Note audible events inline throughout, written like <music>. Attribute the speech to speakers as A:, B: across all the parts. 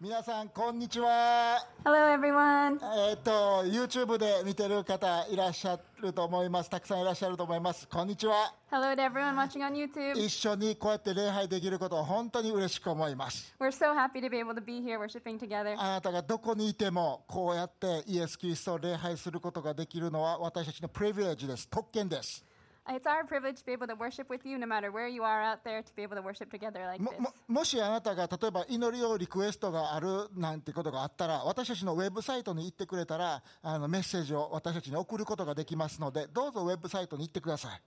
A: 皆さんこんにちは
B: Hello, everyone.
A: えーっと YouTube で見てる方いらっしゃると思いますたくさんいらっしゃると思いますこんにちは
B: Hello to everyone watching on YouTube.
A: 一緒にこうやって礼拝できることを本当に嬉しく思います
B: We're so happy to be able to be here worshiping together. Uh,
A: あなたがどこにいてもこうやってイエス・キリストを礼拝することができるのは私たちのプレビレージです特権です
B: It's our privilege to be able to worship with you no matter where you are out there, to be able to worship together like
A: も
B: this.
A: ももしあなたが例えば祈りをリクエストがあるなんてことがあったら私たちのウェブサイトに行ってくれたらあのメッセージを私たちに送ることができますのでどうぞウェブサイトに行ってください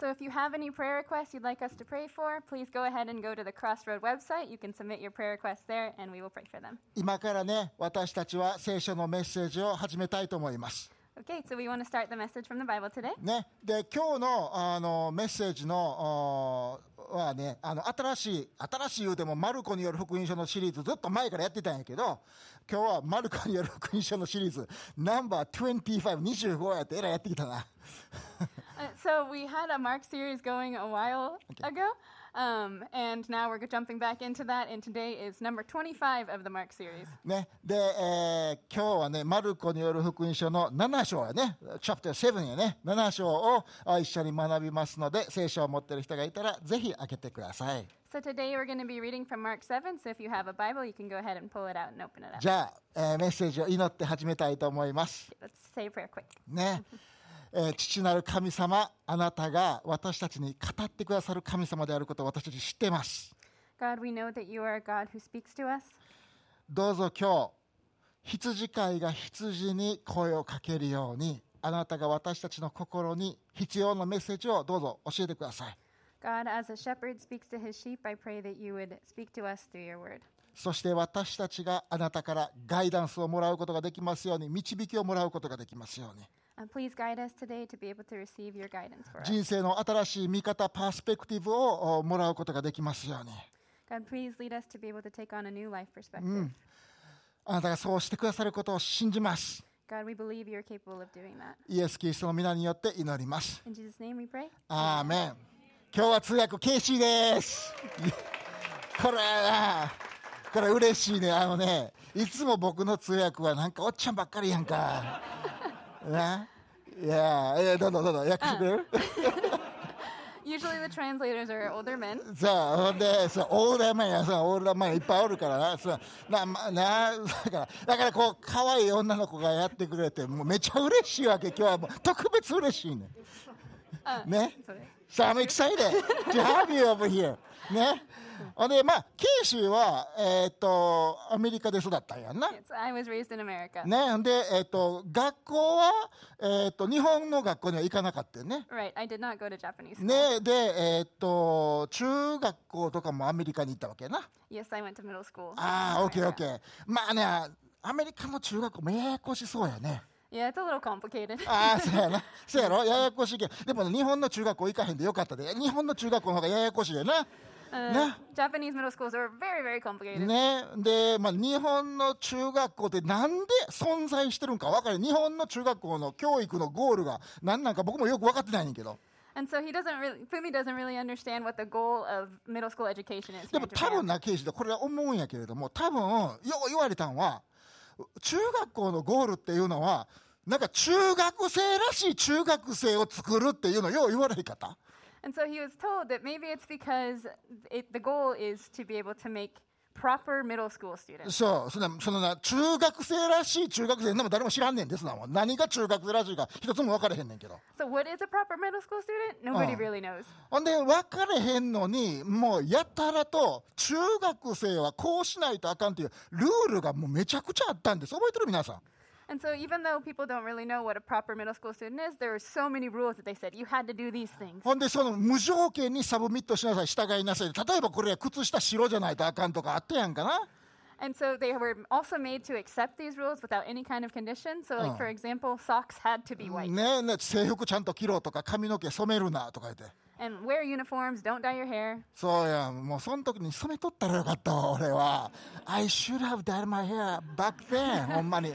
B: So if you have any prayer requests you'd like us to pray for, please go ahead and go to the Crossroad website. You can submit your prayer requests there and we will pray for them.
A: 今からね私たちは聖書のメッセージを始めたいと思います、
B: Okay, so we want to start the message from the Bible today.
A: ね、で今日のあのメッセージのおはねあの新しい新しい言うてもマルコによる福音書のシリーズずっと前からやってたんやけど今日はマルコによる福音書のシリーズナンバー2525やってえらいやってきたな
B: Uh, so we had a Mark series going a while ago, um, and now we're jumping back into that, and today is number 25 of the Mark series.
A: ね、で、えー今日はね、マルコによる福音書の7章やね、チャプター7やね、7章をあ一緒に学びますので、聖書を持ってる人がいたら、ぜひ開けてください。
B: So today we're going to be reading from Mark 7. So if you have a Bible, you can go ahead and pull it out and open it up.
A: じゃあ、えーメッセージを祈って始めたいと思います。
B: Let's say a prayer quick.
A: ね。えー父なる神様、あなたが私たちに語ってくださる神様であることを私たち知ってます。
B: God, we know that you are a God who speaks to us.
A: どうぞ今日、羊飼いが羊に声をかけるように、あなたが私たちの心に必要なメッセージをどうぞ教えてください。
B: God, as a shepherd speaks to his sheep, I pray that you would speak to us through your word.
A: そして私たちがあなたからガイダンスをもらうことができますように、導きをもらうことができますように。
B: Uh, please guide us today to be able to receive your guidance for us.
A: 人生の新しい見方、パースペクティブをおもらうことができますように。
B: God, please lead us to be able to take on a new life perspective.
A: あなたがそうしてくださることを信じます。
B: God, we believe you're capable of doing that.
A: イエス・キリストの皆によって祈ります。
B: In Jesus' name we pray.
A: アーメン。今日は通訳ケイシーです。これは、これ嬉しいね。あのね、いつも僕の通訳はなんかおっちゃんばっかりやんか。な。いやー、えーどうぞどうぞ、訳してくれる。
B: Usually the translators are older men.
A: さあ、ほんで、そう、オールダーマンや、そう、オールダーマンいっぱいおるからな、そう、な、ま、な、だから、だからこう、可愛い女の子がやってくれて、もうめっちゃ嬉しいわけ、今日はもう特別嬉しいね。ね。
B: So,
A: So I'm excited to have you over here. ね。ほんで、まあ、九州は、えーっ、と、アメリカで育ったんやんな。ね
B: it's, I was raised in America.。
A: ほんで、えーっ、と、学校は、えーっ、と、日本の学校には行かなかったよね。
B: Right, I did not go to Japanese school.
A: ねで、えーっ、と、中学校とかもアメリカに行ったわけやな。
B: Yes, I went to middle school.
A: ああ、オッケーオッケ
B: ー。
A: ー。まあね、アメリカの中学校もややこしそうやね。
B: Yeah, it's a little complicated.
A: <laughs> ああ、そうやな。そうやろややこしいけど。でもね、日本の中学校行かへんでよかったで。日本の中学校の方がややこしいよな。
B: <laughs> Uh,
A: Nah.
B: Japanese middle schools are very, very complicated.
A: ね、で、まあ、日本の中学校ってなんで存在してるんか分かる日本の中学校の教育のゴールが何なんか僕もよく分かってないねんけど
B: And so he doesn't really, Fumi doesn't really understand what the goal of middle school education is.
A: で
B: here
A: も
B: in
A: 多分
B: Japan.
A: な刑事でこれは思うんやけれども多分よう言われたんは中学校のゴールっていうのはなんか中学生らしい中学生を作るっていうのよう言われへんかった
B: And so he was told that maybe it's because it, the goal is to be able to make proper middle school students.
A: そうそんなそのな中学生らしい中学生でも誰も知らんねんですなもん何が中学生らしいか一つも分かれへんねんけど
B: So what is a proper middle school student? Nobody
A: Oh.
B: really knows.
A: ほんで、分かれへんのに、もうやたらと、中学生はこうしないとあかんっていう、ルールがもうめちゃくちゃあったんです。覚えてる皆さん。
B: And so even though people don't really know what a proper middle school student is, there are so many rules that they said you had to do these things.
A: ほんで、その無条件にサブミットしなさい、従いなさい。例えばこれ、靴下白じゃないとあかんとかあったやんかな。
B: And so they were also made to accept these rules without any kind of condition. So, like for example, socks had to be white,
A: ねえねえ制服ちゃんと着ろとか、髪の毛染めるなとか言って。
B: and wear uniforms, don't dye your hair.
A: そうや、もうその時に染めとったらよかったわ、俺は。I should have dyed my hair back then, ほんまに。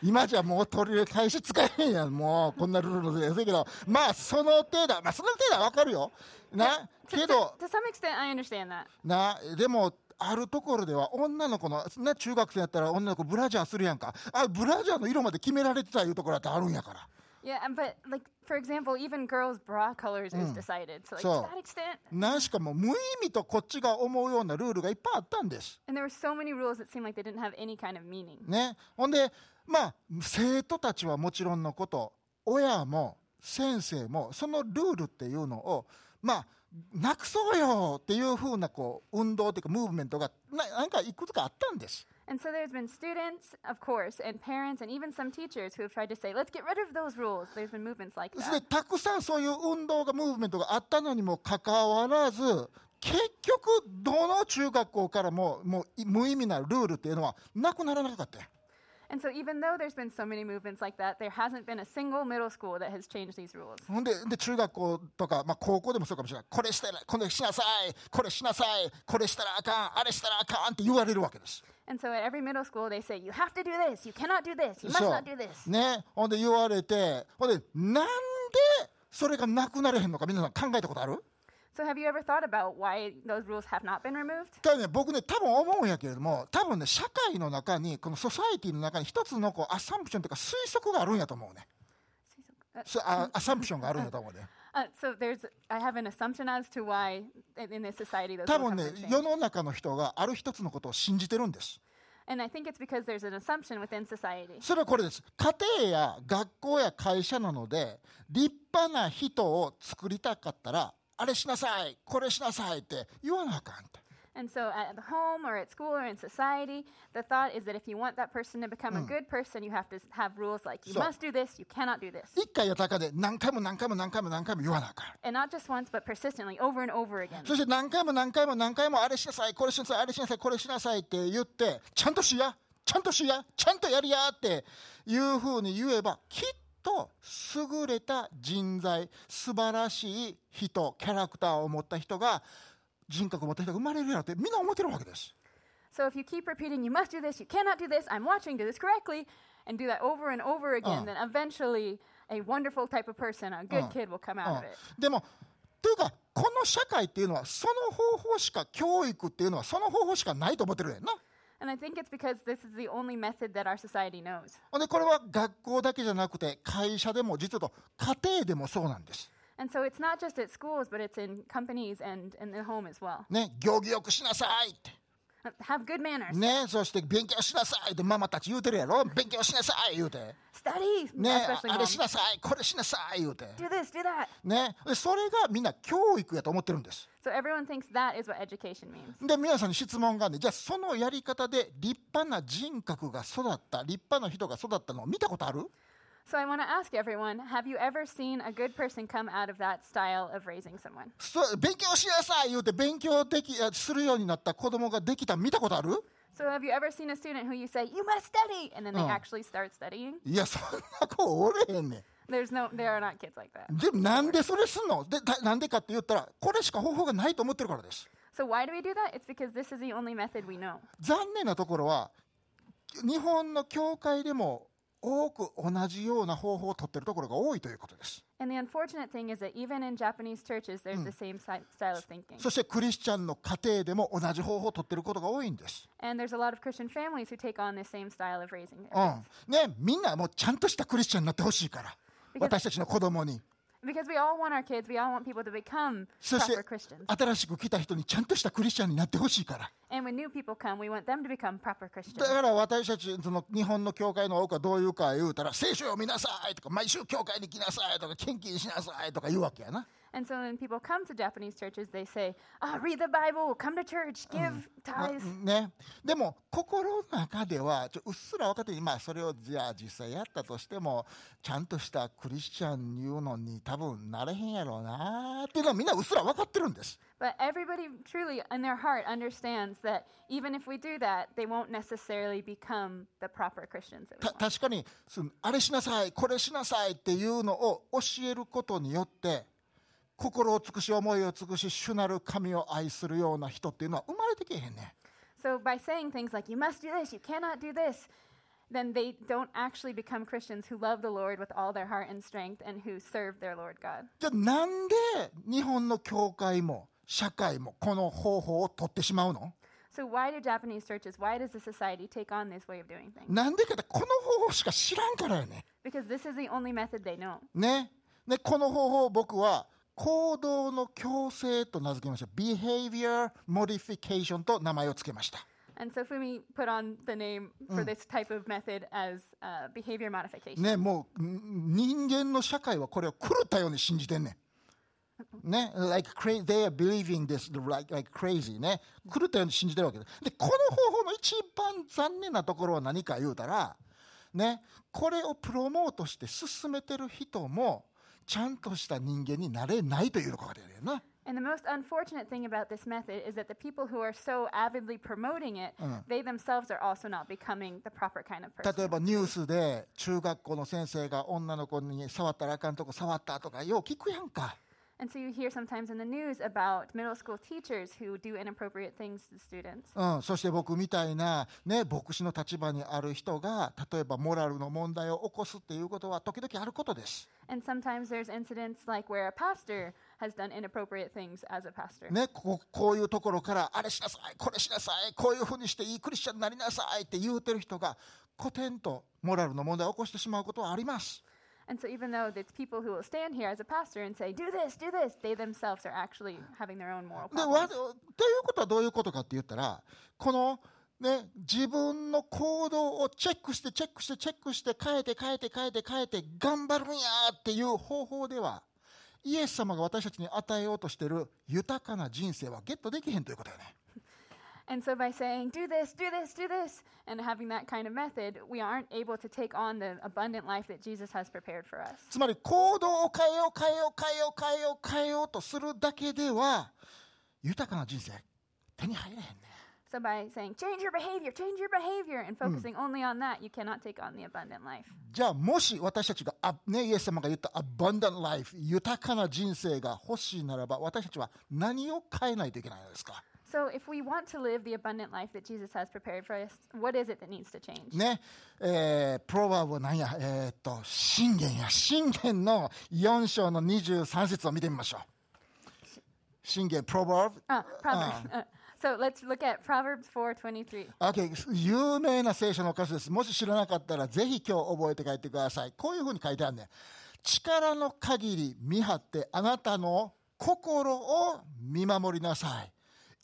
A: <laughs> 今じゃもう取り返し使えへんやん、もう、こんなルールのせいやけど。まあ、その程度、まあ、その程度はわかるよ。な、けど、
B: To some extent, I understand that.
A: な、でも、あるところでは女の子のな中学生やったら女の子ブラジャーするやんかあブラジャーの色まで決められてたいうところだってあるんやから
B: Yeah, and but like for example, even girls' bra colors is decided. So like
A: So-
B: to that extent,
A: なんしかもう無意味とこっちが思うようなルールがいっぱいあったんです。
B: and there were so many rules that seemed like they didn't have any kind of meaning.
A: ね、ほんで、まあ、生徒たちはもちろんのこと親も先生もそのルールっていうのを、まあ、なくそうよっていうふうなこう運動というかムーブメントがななんかいくつかあったんです。
B: And so there's been students, of course, and parents, and even some teachers who have tried to say, let's get rid of those rules. There's been movements like
A: それ
B: that.
A: でたくさんそういう運動がムーブメントがあったのにもかかわらず結局どの中学校からももうい無意味なルールっていうのはなくならなかったよ
B: And so even though there's been so many movements like that, there hasn't been a single middle school that has changed these rules.
A: ほんでで中学校とか、まあ、高校でもそうかもしれないこれしたらこれしなさいこれしなさいこれしたらあかんあれしたらあかんって言われるわけです
B: And so at every middle school, they say, you have to do this, you cannot do this, you must
A: そう
B: not do this.
A: ねほんで言われてほんでなんでそれがなくなれへんのか皆さん考えたことある
B: So have you ever thought about why those rules have not been removed?
A: ただね、僕ね、多分思うんやけれども、多分ね、社会の中に、このソサエティの中に一つのこうアサンプションというか推測があるんやと思うね。
B: Uh,
A: そあアサンプションがあるんやと思うね。
B: Uh, so there's, I have an assumption as to why in- in this society those
A: 多
B: rules
A: 分
B: have
A: ね
B: been、
A: 世
B: changed.
A: の中の人がある一つのことを信じてるんです。
B: And I think it's because there's an assumption within society.
A: それはこれです。家庭や学校や会社なので、立派な人を作りたかったら、あれしなさい、これしなさいって言わなあかんって。
B: And so at the home or at school or in society, the thought is that if you want that person to become a good person, you have to s- have rules like you
A: So-
B: must do this, you cannot do this.
A: 一回やったらあかんで何回も何回も何回も何回も言わなあかん。
B: And not just once, but persistently over and over again.
A: そして何回も何回も何回もあれしなさい、これしなさい、あれしなさい、これしなさいって言って、ちゃんとしや、ちゃんとしや、ちゃんとやりやっていうふうに言えば、きっと優れた人材、素晴らしい人、キャラクターを持った人が、人格を持った人が生まれるやろってみんな思ってるわけです。
B: So if you keep repeating, you must do this, you cannot do this, I'm watching, do this correctly, and do that over and over
A: Uh.
B: again, then eventually a wonderful type of person, a good
A: Uh.
B: kid will come out of it.
A: うんでも、というか、この社会っていうのは、その方法しか、教育っていうのは、その方法しかないと思ってるやんな。
B: And I think it's because this is the only method that our society knows.
A: ほんで、これは学校だけじゃなくて、会社でも、実は家庭でもそうなんです。
B: And so it's not just at schools, but it's in companies and in the home as well.
A: ね、行儀よくしなさいっ
B: Uh, Have good manners.
A: て、ね、そして勉強しなさいってママたち言うてるやろ、勉強しなさい言うて、
B: Study,
A: ね、あ
B: especially
A: あ
B: moms.
A: れしなさい、これしなさい言うて、
B: do this, do that.
A: ね、でそれがみんな教育やと思ってるんです。
B: So everyone thinks that is what education means.
A: で、皆さんに質問があるんで、じゃあそのやり方で立派な人格が育った、立派な人が育ったのを見たことある
B: So I want to ask everyone have you ever seen a good person come out of that style of raising someone?
A: そう勉強しなさい言うて、勉強できあするようになった子供ができた、見たことある
B: So have you ever seen a student who you say, you must study, and then they
A: Oh.
B: actually start studying?
A: いや、そんな子おれへんねん。
B: There's no, there are not kids like that.
A: でもなんでそれすんのでたなんでかって言ったらこれしか方法がないと思ってるからです
B: So why do we do that? It's because this is the only method we know.
A: 残念なところは日本の教会でも多く同じような方法を取ってるところが多いということです
B: And the unfortunate thing is that even in Japanese churches, there's the same si- style of thinking.
A: そしてクリスチャンの家庭でも同じ方法を取ってることが多いんです、
B: And there's a lot of Christian families who take on this same style of raising. their
A: う
B: kids.
A: んね、みんなもうちゃんとしたクリスチャンになってほしいから
B: Because-
A: 私たちの子供に
B: Because we all want our kids, we all want people to become
A: そして
B: proper Christians.
A: 新しく来た人にちゃんとしたクリスチャンになってほしいから
B: And when new people come, we want them to become proper
A: だ
B: Christians.
A: から私たちその日本の教会の多くはどういうか言うたら聖書を見なさいとか毎週教会に来なさいとか献金しなさいとか言うわけやな
B: And so when people come to Japanese churches, they say, ah, read the Bible, come to church, give
A: ま
B: tithes.
A: ね、でも心の中ではちょうっすら分かってるまあそれをじゃあ実際やったとしてもちゃんとしたクリスチャンいうのに多分なれへんやろうなっていうのはみんなうっすら分かってるんです。
B: But everybody truly in their heart understands that even if we do that, they won't necessarily become the proper Christians that we
A: た
B: want.
A: 確かにそのあれしなさいこれしなさいっていうのを教えることによって心を尽くし思いを尽くし主なる神を愛するような人っていうのは生まれてけへんね
B: So by saying things like, you must do this, you cannot do this, then they don't actually become Christians who love the Lord with all their heart and strength and who serve their Lord God.
A: じゃあなんで日本の教会も社会もこの方法を取ってしまうの
B: So why do Japanese churches, why does the society take on this way of doing things?
A: なんでかってこの方法しか知らんからよね。
B: Because this is the only method they know.
A: ね。で、この方法を僕は行動の強制と名付けました。Behavior Modification と名前を付けました。
B: And so Fumi put on the name for this type of method as uh, behavior modification.
A: ね、もうん人間の社会はこれを狂ったように信じてんねん。ね、like crazy, they are believing this like, like crazy ね。狂ったように信じてるわけです。で、この方法の一番残念なところは何か言うたら、ね、これをプロモートして進めてる人も、ちゃんとした人間になれないというところが出るよな。
B: And the most unfortunate thing about this method is that the people who are so avidly promoting it, they themselves are also not becoming the proper kind of person.
A: 例えばニュースで中学校の先生が女の子に触ったらあかんとこ触ったとかよう聞くやんか。
B: And so you hear sometimes in the news about middle school teachers who do inappropriate things to students.
A: うん、そして僕みたいな、ね、牧師の立場にある人が例えばモラルの問題を起こすっていうことは時々あることです、
B: And sometimes there's incidents like where a pastor has done inappropriate things as a pastor.
A: ね、こここういうところからあれしなさいこれしなさいこういうふうにしていいクリスチャンになりなさいって言うてる人が古典とモラルの問題を起こしてしまうことはあります
B: And so even though it's people who will stand here as a pastor and say, do this, do this, they themselves are actually having their own moral
A: でわ
B: problems.
A: ということはどういうことかって言ったらこの、ね、自分の行動をチェックしてチェックしてチェックして変えて変えて変えて変えて頑張るんやっていう方法ではイエス様が私たちに与えようとしている豊かな人生はゲットできへんということよね。
B: And so by saying, do this, do this, do this, and having that kind of method, we aren't able to take on the abundant life that Jesus has prepared for us.
A: つまり行動を変えよう変えよう変えよう変えよう変えようとするだけでは豊かな人生手に入れへんね。
B: So by saying, change your behavior, change your behavior, and focusing only on that, you cannot take on the abundant life.
A: じゃあもし私たちがあ、ね、イエス様が言ったアバンダンライフ豊かな人生が欲しいならば私たちは何を変えないといけないのですか
B: So if we want to live the abundant life that Jesus has prepared for us, what is it that needs to change?
A: ねえープロバーブは何やえーっと信玄や信玄の4章の23節を見てみましょう信玄プロバーブ
B: Uh, Proverbs. Uh, <laughs> so let's look at Proverbs 4:23.
A: OK 有名な聖書の箇所ですもし知らなかったらぜひ今日覚えて帰ってくださいこういうふうに書いてあるねん力の限り見張ってあなたの心を見守りなさい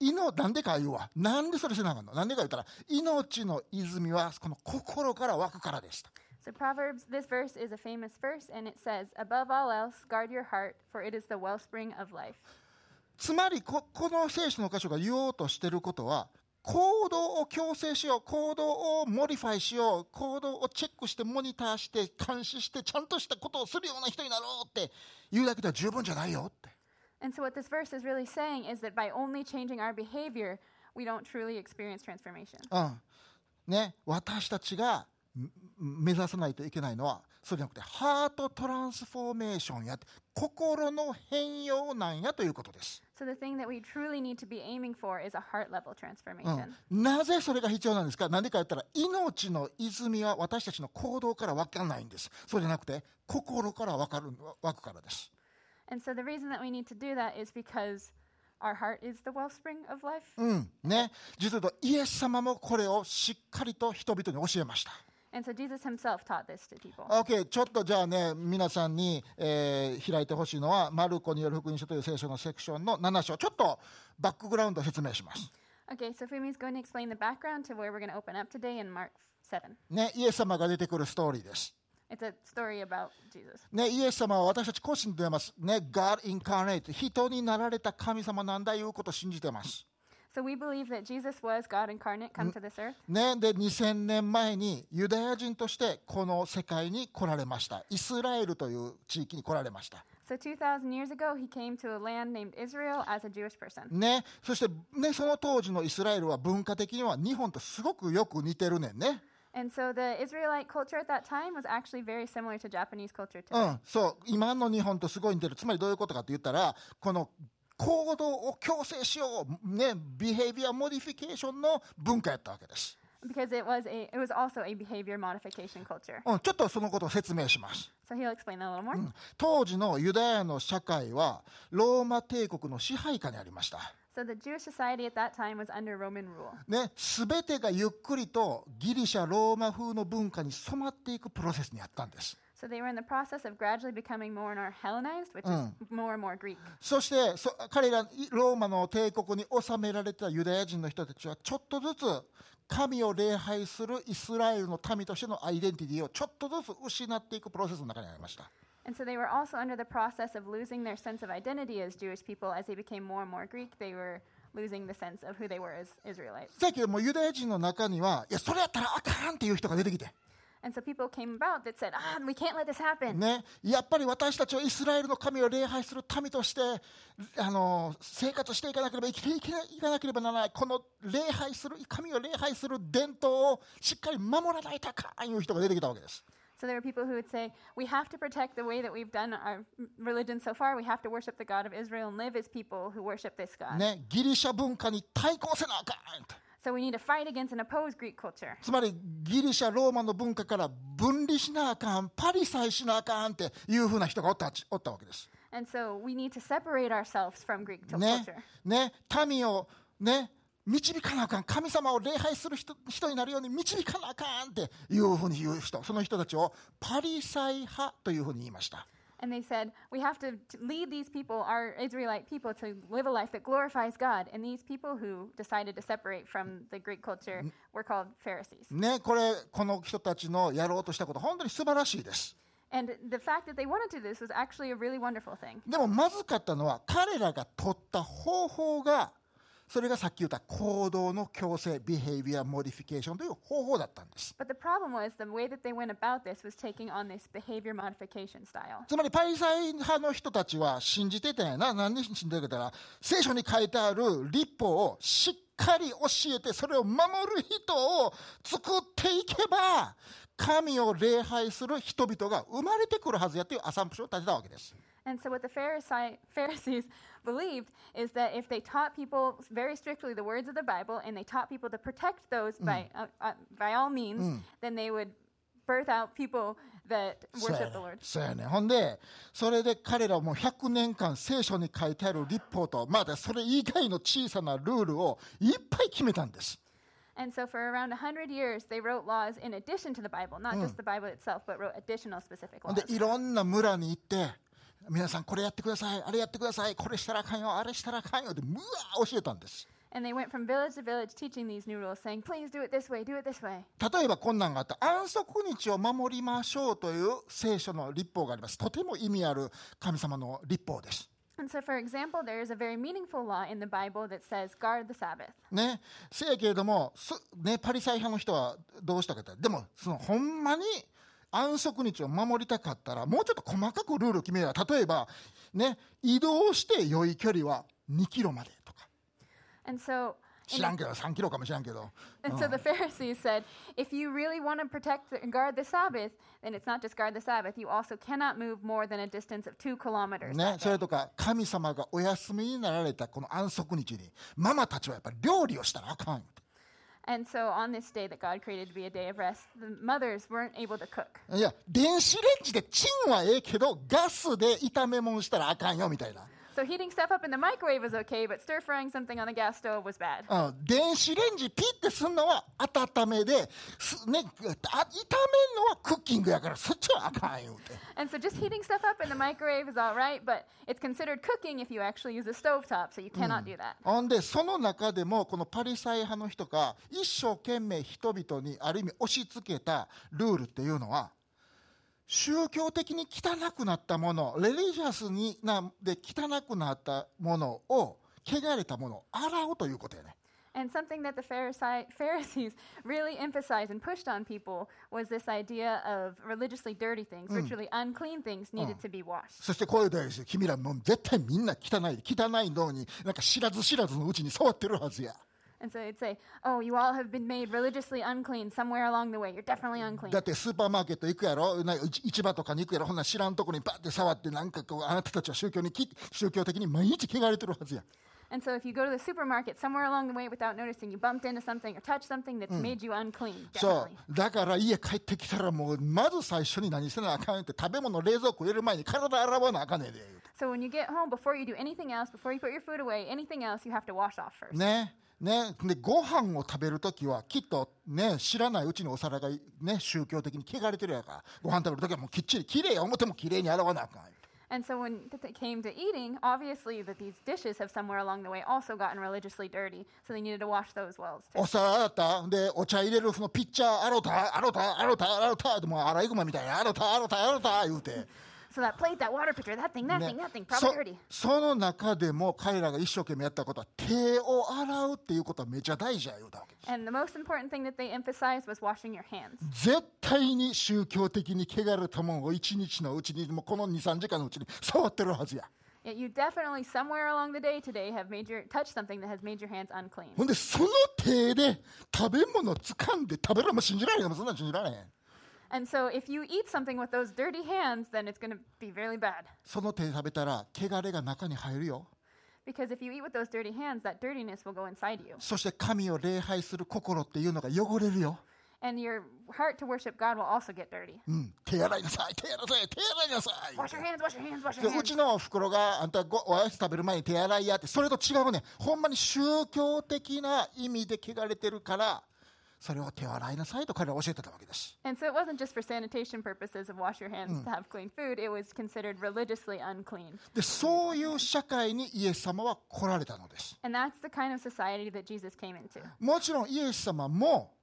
A: 命なんでか言うわなんでそれせなあかんのなんでか言ったら命の泉はこの心から湧くからですと
B: So Proverbs, this verse is a famous verse, and it says, "Above all else, guard your heart, for it is the wellspring of life."
A: つまりここの聖書の箇所が言おうとしてることは行動を強制しよう行動をモディファイしよう行動をチェックしてモニターして監視してちゃんとしたことをするような人になろうって言うだけでは十分じゃないよって
B: And so what this verse is really saying is that by only changing our behavior, we don't truly experience transformation.
A: うんね、私たちがん目指さないといけないのはそうじゃなくてハートトランスフォーメーションやって心の変容なんやということです、
B: So the thing that we truly need to be aiming for is a heart level transformation.
A: うん、なぜそれが必要なんですか何でか言ったら命の泉は私たちの行動から分からないんですそうじゃなくて心から分かる湧くからです
B: And so the reason that we need to do that is because our heart is the wellspring of life.
A: うんね実はイエス様もこれをしっかりと人々に教えました
B: And so Jesus himself taught this to people.
A: OK ちょっとじゃあね皆さんに、えー開いてほしいのはマルコによる福音書という聖書のセクションの7章ちょっとバックグラウンドを説明します、
B: Okay, so Fumi's going to explain the background to where we're going to open up today in Mark 7.
A: ね、イエス様が出てくるストーリーです、
B: It's a story about Jesus.
A: ね、イエス様は私たち個人でます、ね、God incarnate 人になられた神様なんだいうことを信じてます、
B: So we believe that Jesus was God incarnate come to this earth.
A: ね、で2000年前にユダヤ人としてこの世界に来られましたイスラエルという地域に来られました
B: So 2,000 years ago, he came to a land named Israel as a Jewish person.
A: ね、そして、ね、その当時のイスラエルは文化的には日本とすごくよく似てるねんね。
B: And so the Israelite culture at that time was actually very similar to Japanese culture today.
A: うん、そう、今の日本とすごい似てる。つまりどういうことかって言ったら、この行動を強制しよう、ね、ビヘイビアモディフィケーションの文化やったわけです。
B: Because it was a, it was also a behavior modification culture.
A: うん、ちょっとそのことを説明します。
B: So he'll explain that a little more.
A: Mm. 当時のユダヤの社会はローマ帝国の支配下にありました。
B: So the Jewish society at that time was under Roman rule.
A: ね、全てがゆっくりとギリシャローマ風の文化に染まっていくプロセスにあったんです
B: So they were in the process of gradually becoming more and more Hellenized, which is more and more Greek.
A: そしてそ彼らいローマの帝国に治められたユダヤ人の人たちはちょっとずつ神を礼拝するイスラエルの民としてのアイデンティティをちょっとずつ失っていくプロセスの中にありました
B: And so they were also under the process of losing their sense of identity as Jewish people. As they became more and more Greek, they were losing the sense of who they were as Israelites.
A: だけどもうユダヤ人の中にはいやそれやったらあかんっていう人が出てきて、
B: And so people came about that said, ah, we can't let this happen.
A: ね、やっぱり私たちはイスラエルの神を礼拝する民としてあの生活していかなければ生きていけないいかなければならないこの礼拝する神を礼拝する伝統をしっかり守らないとあかんいう人が出てきたわけです。
B: So there were people who would say, we have to protect the way that we've done our religion so far. We have to worship the God of Israel and live as people who worship this God.
A: ね、ギリシャ文化に対抗せなあかんと
B: So we need to fight against and oppose Greek culture.
A: つまりギリシャローマの文化から分離しなあかんパリさえしなあかんっていうふうな人がおったおったわけです。
B: And so we need to separate ourselves from Greek to-
A: ね
B: culture.
A: ね、民を、ね、導かなあかん神様を礼拝する人人になるように導かなあかんっていうふうに言う人その人たちをパリサイ派というふうに言いました
B: And they said, we have to t- lead these people, our Israelite people, to live a life that glorifies God. And these people who decided to separate from the Greek culture were called Pharisees.
A: ねこれこの人たちのやろうとしたこと本当に素晴らしいです
B: And the fact that they wanted to do this was actually a really wonderful thing.
A: でもまずかったのは彼らが取った方法がそれがさっき言った行動の強制ビヘイビアモディフィケーションという方法だったんです
B: But the problem was the way that they went about this was taking on this behavior modification style.
A: つまりパリサイ派の人たちは信じてたんやな。何で信じてたか言ったら、聖書に書いてある立法をしっかり教えて、それを守る人を作っていけば、神を礼拝する人々が生まれてくるはずやというアサンプションを立てたわけです。
B: And so, what the Pharisee, <laughs> Pharisees believed is that if they taught people very strictly the words of the Bible and they taught people to protect those by, uh, uh, by all means, then they would birth out people that
A: そうやね
B: worship the Lord.
A: そうやねほんで、それで彼らはもう100年間聖書に書いてある立法と、まだそれ以外の小さなルールをいっぱい決めたんです。
B: And so, for around 100 years, they wrote laws in addition to the Bible, not just the Bible itself, but wrote additional specific
A: ほん
B: laws.
A: でいろんな村に行って皆さんこれやってくださいあれやってくださいこれしたらあかんよあれしたらあかんよってうわー教えたんです
B: And they went from village to village teaching these new rules, saying, please do it this way, do it this way.
A: 例えばこんなんがあった安息日を守りましょうという聖書の立法がありますとても意味ある神様の立法です、
B: And so, for example, there is a very meaningful law in the Bible that says, guard the Sabbath.
A: ね、せやけれどもすね、パリサイ派の人はどうしたかってでもそのほんまに安息日を守りたかったらもうちょっと細かくルールを決めれば例えば、ね、移動して良い距離は2キロまでとか
B: And so,
A: 知らんけど3キロかもしらんけど
B: And <laughs> so the Pharisees said, if you really want to protect the- and guard the Sabbath, then it's not just guard the Sabbath, you also cannot move more than a distance of two kilometers.
A: ね、
B: that
A: そ
B: day."
A: れとか神様がお休みになられたこの安息日にママたちはやっぱり料理をしたらあかんよ
B: And so on this day that God created to be a day of rest, the mothers weren't able to cook.
A: いや電子レンジでチンはええけどガスで炒め物したらあかんよみたいな
B: So heating stuff up in the microwave was okay, but stir frying something on the gas stove was bad.
A: うん電子レンジピッてすんのは温めです、ね、あ炒めんのはクッキングやからそっちはあかんよって
B: And so just heating stuff up in the microwave is all right, but it's considered cooking if you actually use a stovetop, so you cannot do that.
A: ほんでその中でもこのパリサイ派の人が一生懸命人々にある意味押し付けたルールっていうのは宗教的に汚くなったものレリジャスになで汚くなったものを汚れたものを洗うということやね
B: And something that the Pharisee, <laughs> Pharisees really emphasized and pushed on people was this idea of religiously dirty things, ritually unclean things needed to be washed.
A: そしてこういうですよ君らもう絶対みんな汚い汚いのになんか知らず知らずのうちに触ってるはずや
B: And so they'd say, Oh, you all have been made religiously unclean somewhere along the way. You're definitely unclean.
A: だってスーパーマーケット行くやろなんか市市場とかに行くやろほんなら知らんとこにバッて触ってなんかこうあなたたちは宗教にき宗教的に毎日汚れてるはずや
B: And so if you go to the supermarket somewhere along the way without noticing, you bumped into something or touched something that's made you unclean.
A: そ
B: Definitely.
A: うだから家帰ってきたらもうまず最初に何せなあかんよって食べ物冷蔵庫入れる前に体洗わなあかんねんで言う
B: So when you get home, before you do anything else, before you put your food away, anything else, you have to wash off first.
A: てねねでご飯を食べるときはきっとね知らないうちにお皿がね宗教的に汚れてるやからご飯食べるときはもうきっちりきれいや思ってもきれいに洗わなあかんよ
B: And so when th- it came to eating, obviously that these dishes have somewhere along the way also gotten religiously dirty, so they needed to wash those wells too.
A: お皿洗ったでお茶入れるそのピッチャー洗うた洗うた洗うた洗うたでもうアライグマみたいに洗うた洗うた洗うた言うて。
B: So that plate, that water pitcher, that thing, that thing, that thing,
A: そ
B: probably dirty.
A: その中でも彼らが一生懸命やったことは手を洗うっていうことはめちゃ大事や言うたわけ
B: And the most important thing that they emphasized was washing your hands.
A: 絶対に宗教的に汚れたもんを一日のうちにもうこの23時間のうちに触ってるはずや
B: Yet you definitely somewhere along the day today have made your touched something that has made your hands unclean.
A: ほんでその手で食べ物掴んで食べるのも信じられへんもうそんなん信じられへん
B: And so if you eat something with those dirty hands, then it's going to be really bad.
A: その手で食べたら汚れが中に入るよ
B: Because if you eat with those dirty hands, that dirtiness will go inside you.
A: そして神を礼拝する心っていうのが汚れるよ
B: And your heart to worship God will also get dirty.
A: うん手洗いなさい手洗いなさい手洗いなさい
B: Wash your hands, wash your hands, wash
A: で
B: your
A: う
B: hands.
A: ちのおふくろがあんたごおやつ食べる前に手洗いやってそれと違うねほんまに宗教的な意味で汚れてるからそれを手を洗いなさいと彼らは教えてたわけです。
B: And so it wasn't just for sanitation purposes of wash your hands to have clean food, it was considered religiously unclean.
A: でそういう社会にイエス様は来られたのです。
B: And that's the kind of society that Jesus came into.
A: もちろんイエス様も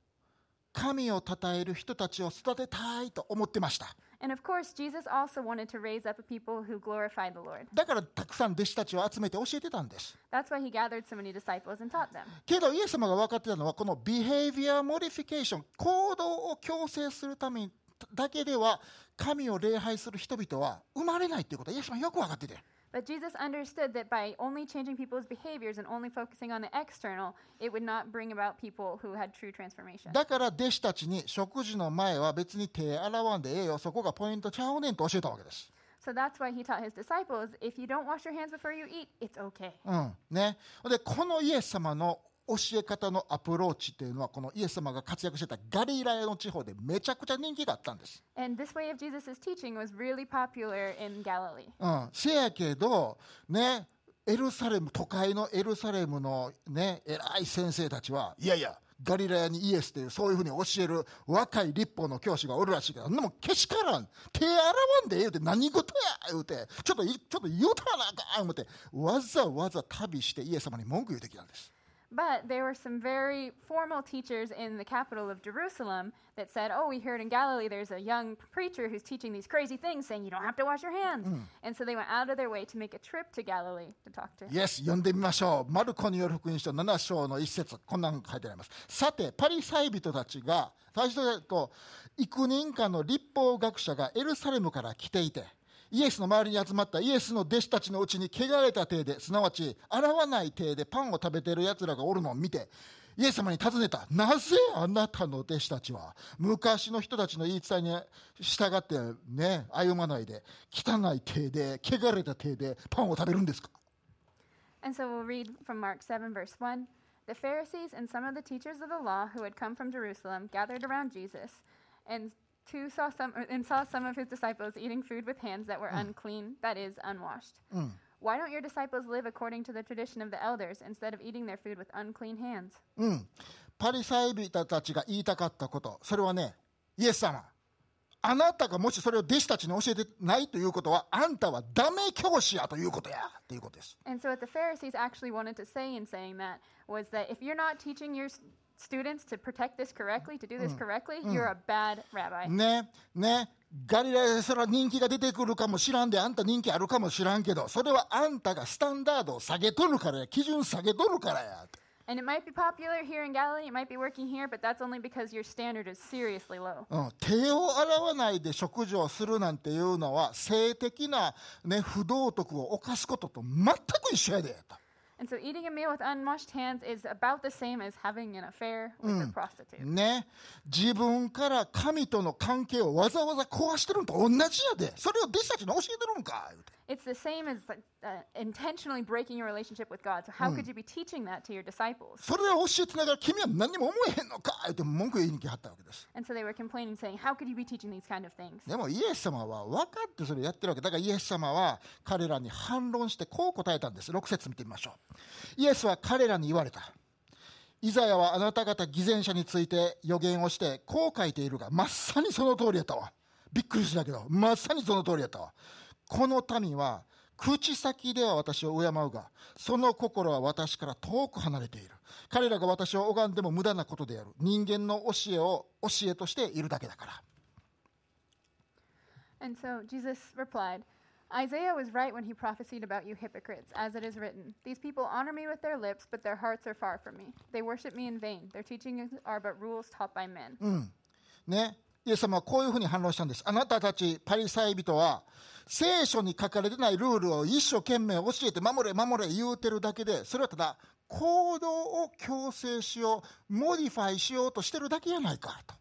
A: 神を称える人たちを育てたいと思ってました。
B: And of course, Jesus also wanted to raise up a people who glorified the Lord.
A: だからたくさん弟子たちを集めて教えてたんです。
B: That's why he gathered so many disciples and taught them.
A: けどイエス様が分かってたのはこのビヘイビアモディフィケーション行動を強制するためだけでは神を礼拝する人々は生まれないっていうことはイエス様よく分かってて
B: But Jesus understood that by only changing people's behaviors and only focusing on the external, it would not bring about people who had true transformation.
A: だから弟子たちに食事の前は別に手洗わんでええよそこがポイントちゃうねんと教えたわけです、
B: So that's why he taught his disciples if you don't wash your hands before you eat, it's okay.
A: うんね、でこのイエス様の教え方のアプローチっていうのはこのイエス様が活躍してたガリラヤの地方でめちゃくちゃ人気があったんです
B: And this way of Jesus' teaching was really popular in Galilee.
A: うん、せやけど、ね、エルサレム、都会のエルサレムのね、偉い先生たちは、いやいや、ガリラヤにイエスっていう、そういうふうに教える若い立法の教師がおるらしいけど、でも、けしからん、手洗わんでええ言うて、何事や言うて、ちょっとい、ちょっと言うたらなあかん思って、わざわざ旅してイエス様に文句言うてきたんです。
B: But there were some very formal teachers in the capital of Jerusalem that said, Oh, we heard in Galilee there's a young preacher who's teaching these crazy things saying you don't have to wash your hands. And so they went out of their way to make a trip to Galilee to talk to him.
A: イエス、読んでみましょう。マルコによる福音書7章の一節。こんなの書いてあります。さて、パリサイ人たちが、最初と、幾人かの立法学者がエルサレムから来ていて、イエスの周りに集まったイエスの弟子たちのうちに汚れた手で、すなわち洗わない手でパンを食べてる奴らがおるのを見て、イエス様に尋ねた。なぜあなたの弟子たちは、昔の人たちの言い伝えに従ってね、歩まないで、汚い手で、汚れた手でパンを食べるんですか
B: And so we'll read from Mark 7, verse 1. The Pharisees and some of the teachers of the law who had come from Jerusalem gathered around Jesus, and two saw some er, and saw some of his disciples eating food with hands that were unclean, that is, unwashed. Why don't your disciples live according to the tradition of the elders instead of eating their food with unclean hands?
A: うん、パリサイ人たちが言いたかったこと、それはね、イエス様、あなたがもしそれを弟子たちに教えてないということは、あんたはダメ教師やということや、ということです。
B: And so, what the Pharisees actually wanted to say in saying that was that if you're not teaching your s- students to protect this correctly, to do this correctly, you're a bad rabbi.
A: ね、ね、ガリラヤでそれは人気が出てくるかもしらんで、あんた人気あるかもしらんけど、それはあんたがスタンダードを下げとるからや、基準下げとるからや。
B: And it might be popular here in Galilee, it might be working here, but that's only because your standard is seriously low.
A: うん、手を洗わないで食事をするなんていうのは性的な、ね、不道徳を犯すことと全く一緒やでと
B: And so eating a meal with unwashed hands is about the same as having an affair with a prostitute.
A: ね、自分から神との関係をわざわざ壊してるのと同じやでそれを弟子たちに教えてるんか言うて
B: It's the same as like, uh, intentionally breaking your relationship with God. So how could you be teaching that to your disciples?
A: それを教えてながら君は何にも思えへんのか言って文句言いに来はったわけです。
B: And so they were complaining, saying, "How could you be teaching these kind of things?"
A: でもイエス様は分かってそれをやってるわけだからイエス様は彼らに反論してこう答えたんです6節見てみましょうイエスは彼らに言われたイザヤはあなた方偽善者について予言をしてこう書いているがまさにその通りやったわびっくりしたけどまさにその通りやったわこの民は口先では私を敬うがその心は私から遠く離れている彼らが私を拝んでも無駄なことである人間の教えを教えとしているだけだから
B: And so Jesus replied, Isaiah was right when he prophesied about you hypocrites, as it is written. These people honor me with their lips, but their hearts are far from me. They worship me in vain. Their teachings are but rules taught by men.
A: ね、イエス様はこういうふうに反論したんです。あなたたちパリサイ人は聖書に書かれてないルールを一生懸命教えて守れ守れ言うてるだけでそれはただ行動を強制しようモディファイしようとしてるだけやないかと。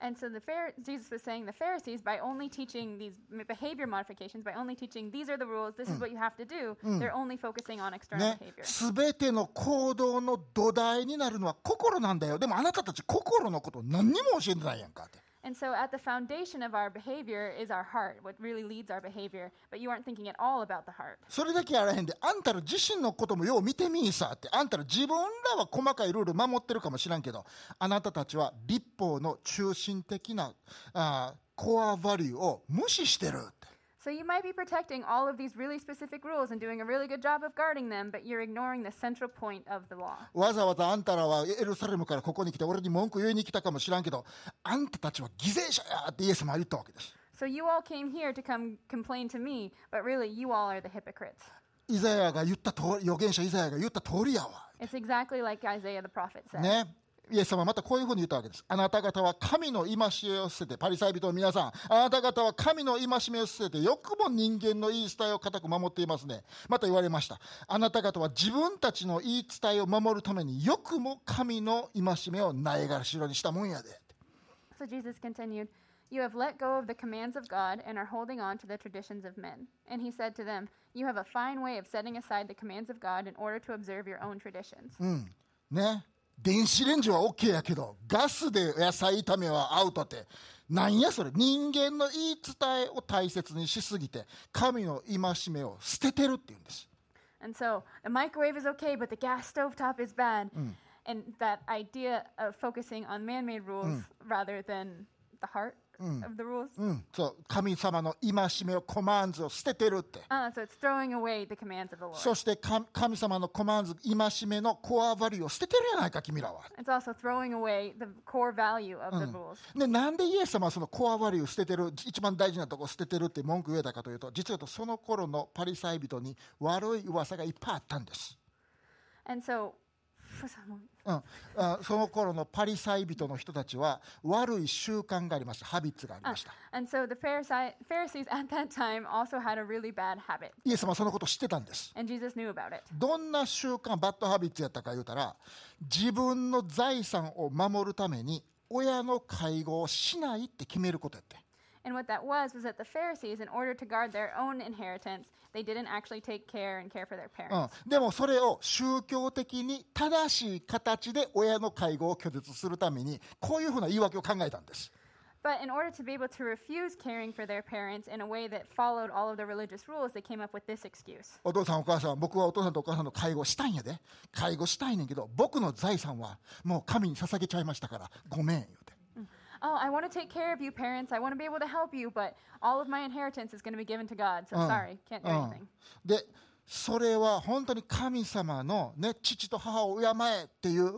B: And so the Phar- Jesus was saying the Pharisees, by only teaching these m- behavior modifications, by only teaching these are the rules, this is what you have to do, they're only focusing on external
A: ね
B: behavior.、
A: すべての行動の土台になるのは心なんだよ。でもあなたたち心のこと何にも教えてないやんかって。
B: And so at the foundation of our behavior is our heart, what really leads our behavior, but you aren't thinking at all about the heart.
A: それだけやらへんで、あんたら自身のこともよう見てみいさって、あんたら自分らは細かいルール守ってるかもしらんけど、あなたたちは立法の中心的なあーコアバリューを無視してるって。
B: So you might be protecting all of these really specific rules and doing a really good job of guarding them, but you're ignoring the central point of the law.
A: わざわざあんたらはエルサレムからここに来て俺に文句言いに来たかもしらんけど、あんたたちは偽善者やってイエス様は言ったわけです。
B: So you all came here to come complain to me, but really you all are the hypocrites.
A: イザヤが言った通り、預言者イザヤが言った通りやわ。
B: It's exactly like Isaiah the prophet said.
A: ね、イエス様はまたこういうふうに言ったわけです。あなた方は神の戒めを捨てて、パリサイ人の皆さん、あなた方は神の戒めを捨てて、よくも人間の言い伝えを固く守っていますね。また言われました。あなた方は自分たちの言い伝えを守るためによくも神の戒めをないがしろにしたもんやで。
B: So Jesus continued, You have let go of the commands of God and are holding on to the traditions of men. And he said to them, You have a fine way of setting aside the commands of God in order to observe your own traditions.
A: ね。電子レンジは OK やけど、ガスで野菜炒めはアウトって、なんやそれ、人間の言い伝えを大切にしすぎて、神の戒めを捨ててるって言うんです。
B: And so the microwave is okay, but the gas stovetop is bad. And that idea of focusing on man made rules rather than the heart of the rules.
A: うん、そう神様の戒めをコマンズを捨ててるって、
B: Ah, so it's throwing away the commands of the Lord.
A: そしてか神様のコマンズ戒めのコアバリューを捨ててるやないか君らは、
B: it's also throwing away the core value of the rules.
A: でなんでイエス様はそのコアバリューを捨ててる一番大事なとこ捨ててるって文句言えたかというと実はその頃のパリサイ人に悪い噂がいっぱいあったんです、
B: And so, for some moment,
A: うん、あその頃のパリサイ人の人たちは悪い習慣がありましたハビッツがありました、
B: and so the Pharisee, Pharisees at that time also had a really bad habit,
A: イエス様はそのことを知ってたんです
B: and Jesus knew about it.
A: どんな習慣バッドハビッツやったか言うたら自分の財産を守るために親の介護をしないって決めることやって
B: And what that was was that the Pharisees, in order to guard their own inheritance, they didn't actually take care and care for their parents.
A: うん、でもそれを宗教的に正しい形で親の介護を拒絶するためにこういうふうな言い訳を考えたんです
B: But in order to be able to refuse caring for their parents in a way that followed all of the religious rules, they came up with this excuse.
A: お父さんお母さん僕はお父さんとお母さんの介護したいんやで介護したいねんけど僕の財産はもう神に捧げちゃいましたからごめん言うて
B: Oh, I want to take care of you, parents. I want to be able to help you, but all of my inheritance is going to be given to God. So sorry, can't do
A: うん
B: anything.
A: でそれは本当に神様の、ね、父と母を敬えっていう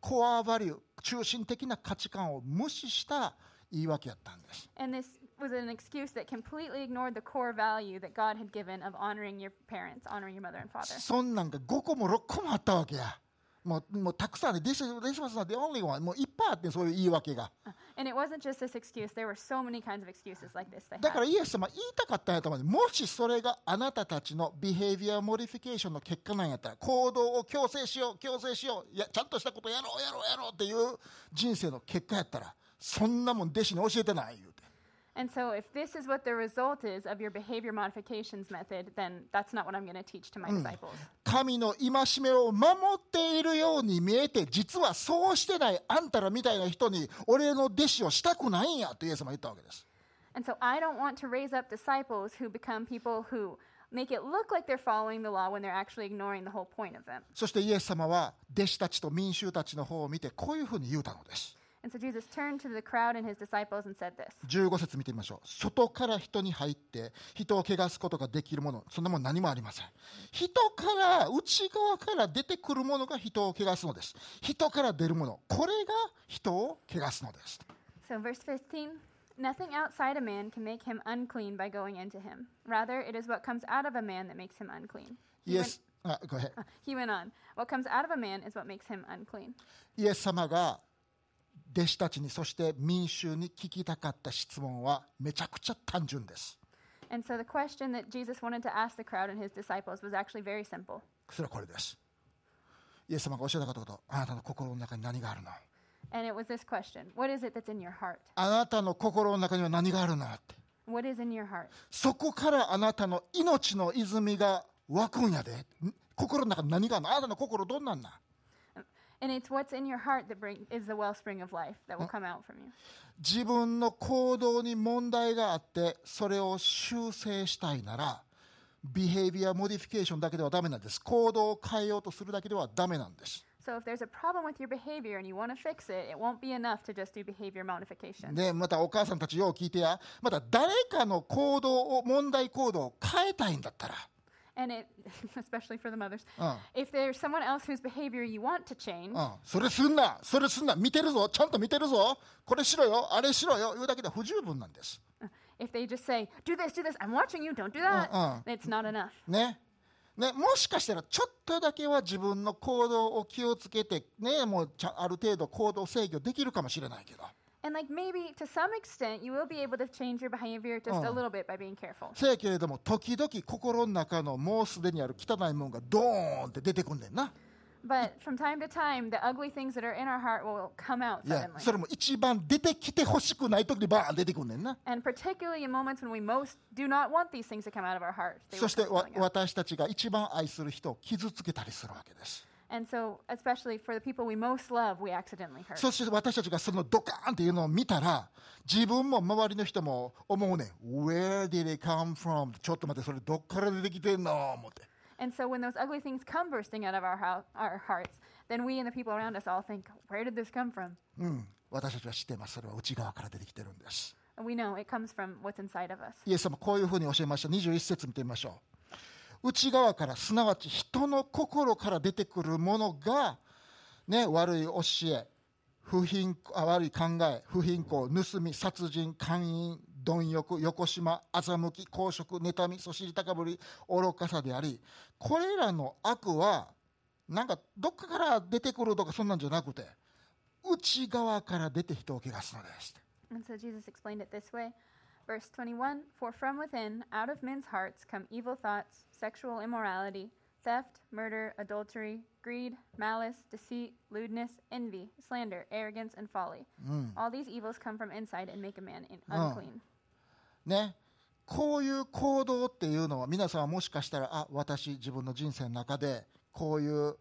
A: コアバリュー中心的な価値観を無視した言い訳やったんです
B: And this was an excuse that completely ignored the core value that God had given of honoring your parents, honoring your mother and father.
A: そんなんが5個も6個もあったわけやもうもうたくさんある This, is- this was not the only one もういっぱいあってそういう言い訳が
B: And it wasn't just this excuse, there were so many kinds of excuses like this. They
A: だから
B: had.
A: イエス様言いたかったんやと思うもしそれがあなたたちのビヘイビアモディフィケーションの結果なんやったら行動を強制しよう強制しよういやちゃんとしたことやろうやろうやろうっていう人生の結果やったらそんなもん弟子に教えてない言うて
B: And so, if this is what the result is of your behavior modifications method, then that's not what I'm going to teach to my disciples.
A: 神の戒めを守っているように見えて実はそうしてないあんたらみたいな人に俺の弟子をしたくないんやとイエス様は言ったわけです。
B: And so, I don't want to raise up disciples who become people who make it look like they're following the law when they're actually ignoring the whole point of them.
A: そしてイエス様は弟子たちと民衆たちの方を見てこういうふうに言うたのです。
B: And so, Jesus turned to the crowd and his disciples and said this
A: 15節見てみましょう。外から人に入って人を汚すことができるもの、そんなもん何もありません。人から、内側から出てくるものが人を汚すのです。人から出るもの、これが人を汚すのです。
B: So, verse 15 Nothing outside a man can make him unclean by going into him. Rather, it is what comes out of a man that makes him unclean. He
A: イエ
B: went-
A: ス、あ、ごめん。
B: He went on, What comes out of a man is what makes him unclean.
A: イエス様が弟子たちにそして民衆に聞きたかった質問はめちゃくちゃ単純です。
B: And so the question that Jesus wanted to ask the crowd and his disciples was actually very simple.
A: それはこれです。イエス様が教えなかったこと、あなたの心の中に何があるの
B: And it was this question What is it that's in your heart?
A: あなたの心の中には何があるのって。
B: What is in your heart?
A: そこからあなたの命の泉が湧くんやで。ん心の中に何があるのあなたの心どんなんなん
B: And it's what's in your heart that bring, is the wellspring of life that will come out from you.
A: 自分の行動に問題があってそれを修正したいならビヘイビアモディフィケーションだけではダメなんです行動を変えようとするだけではダメなんです
B: So if there's a problem with your behavior and you want to fix it, it won't be enough to just do behavior modification.
A: でまたお母さんたちよう聞いてやまた誰かの行動を問題行動を変えたいんだったら
B: And it, <laughs> especially for the mothers,
A: Uh.
B: if there's someone else whose behavior you want to change,
A: うん、それすんな、それすんな、見てるぞ、ちゃんと見てるぞ、これしろよ、あれしろよ、言うだけでは不十分なんです。
B: if they just say, do this, do this, I'm watching you, don't do that,
A: Uh, uh.
B: it's not enough.
A: ね。ね、もしかしたらちょっとだけは自分の行動を気をつけて、ね、もうちゃある程度行動制御できるかもしれないけど
B: And like maybe to some extent, you will be able to change your behavior just
A: Oh.
B: a little bit by being careful.
A: せやけれども時々心の中のもうすでにある汚いもんがドーンって出てくんねんな
B: But from time to time, the ugly things that are in our heart will come out
A: いや
B: suddenly.
A: それも一番出てきてほしくない時にバーン出てくんねんな
B: And particularly in moments when we most do not want these things to come out of our heart. They
A: そ
B: will
A: してわ
B: come out.
A: 私たちが一番愛する人を傷つけたりするわけです
B: And so, especially for the people we most love, we accidentally hurt.
A: そして私たちがそのドカーンっていうのを見たら自分も周りの人も思うねん Where did it come from? ちょっと待ってそれどっから出てきてんの思って。
B: and so, when those ugly things come bursting out of our, hou- our hearts, then we and the people around us all think, where did this come from?
A: うん、私たちは知ってます。それは内側から出てきてるんです。
B: And we know it comes from what's inside of us.
A: イエス様、こういうふうに教えました。21節見てみましょう。内側から、すなわち人の心から出てくるものが、ね、悪い教え、不貧あ悪い考え、不貧困、盗み、殺人、姦淫、貪欲、横島、欺き、公職、妬み、そしり高ぶり、愚かさであり、これらの悪は、なんかどっかから出てくるとかそんなんじゃなくて、内側から出て人を汚すのです。
B: And so Jesus explained it this way. Verse 21 For from within, out of men's hearts, come evil thoughts, sexual immorality, theft, murder, adultery, greed, malice, deceit, lewdness, envy, slander, arrogance, and folly. All these evils come from inside and make a man in unclean.
A: ね、こういう行動っていうのは皆さんはもしかしたらあ私自分の人生の中でこういう、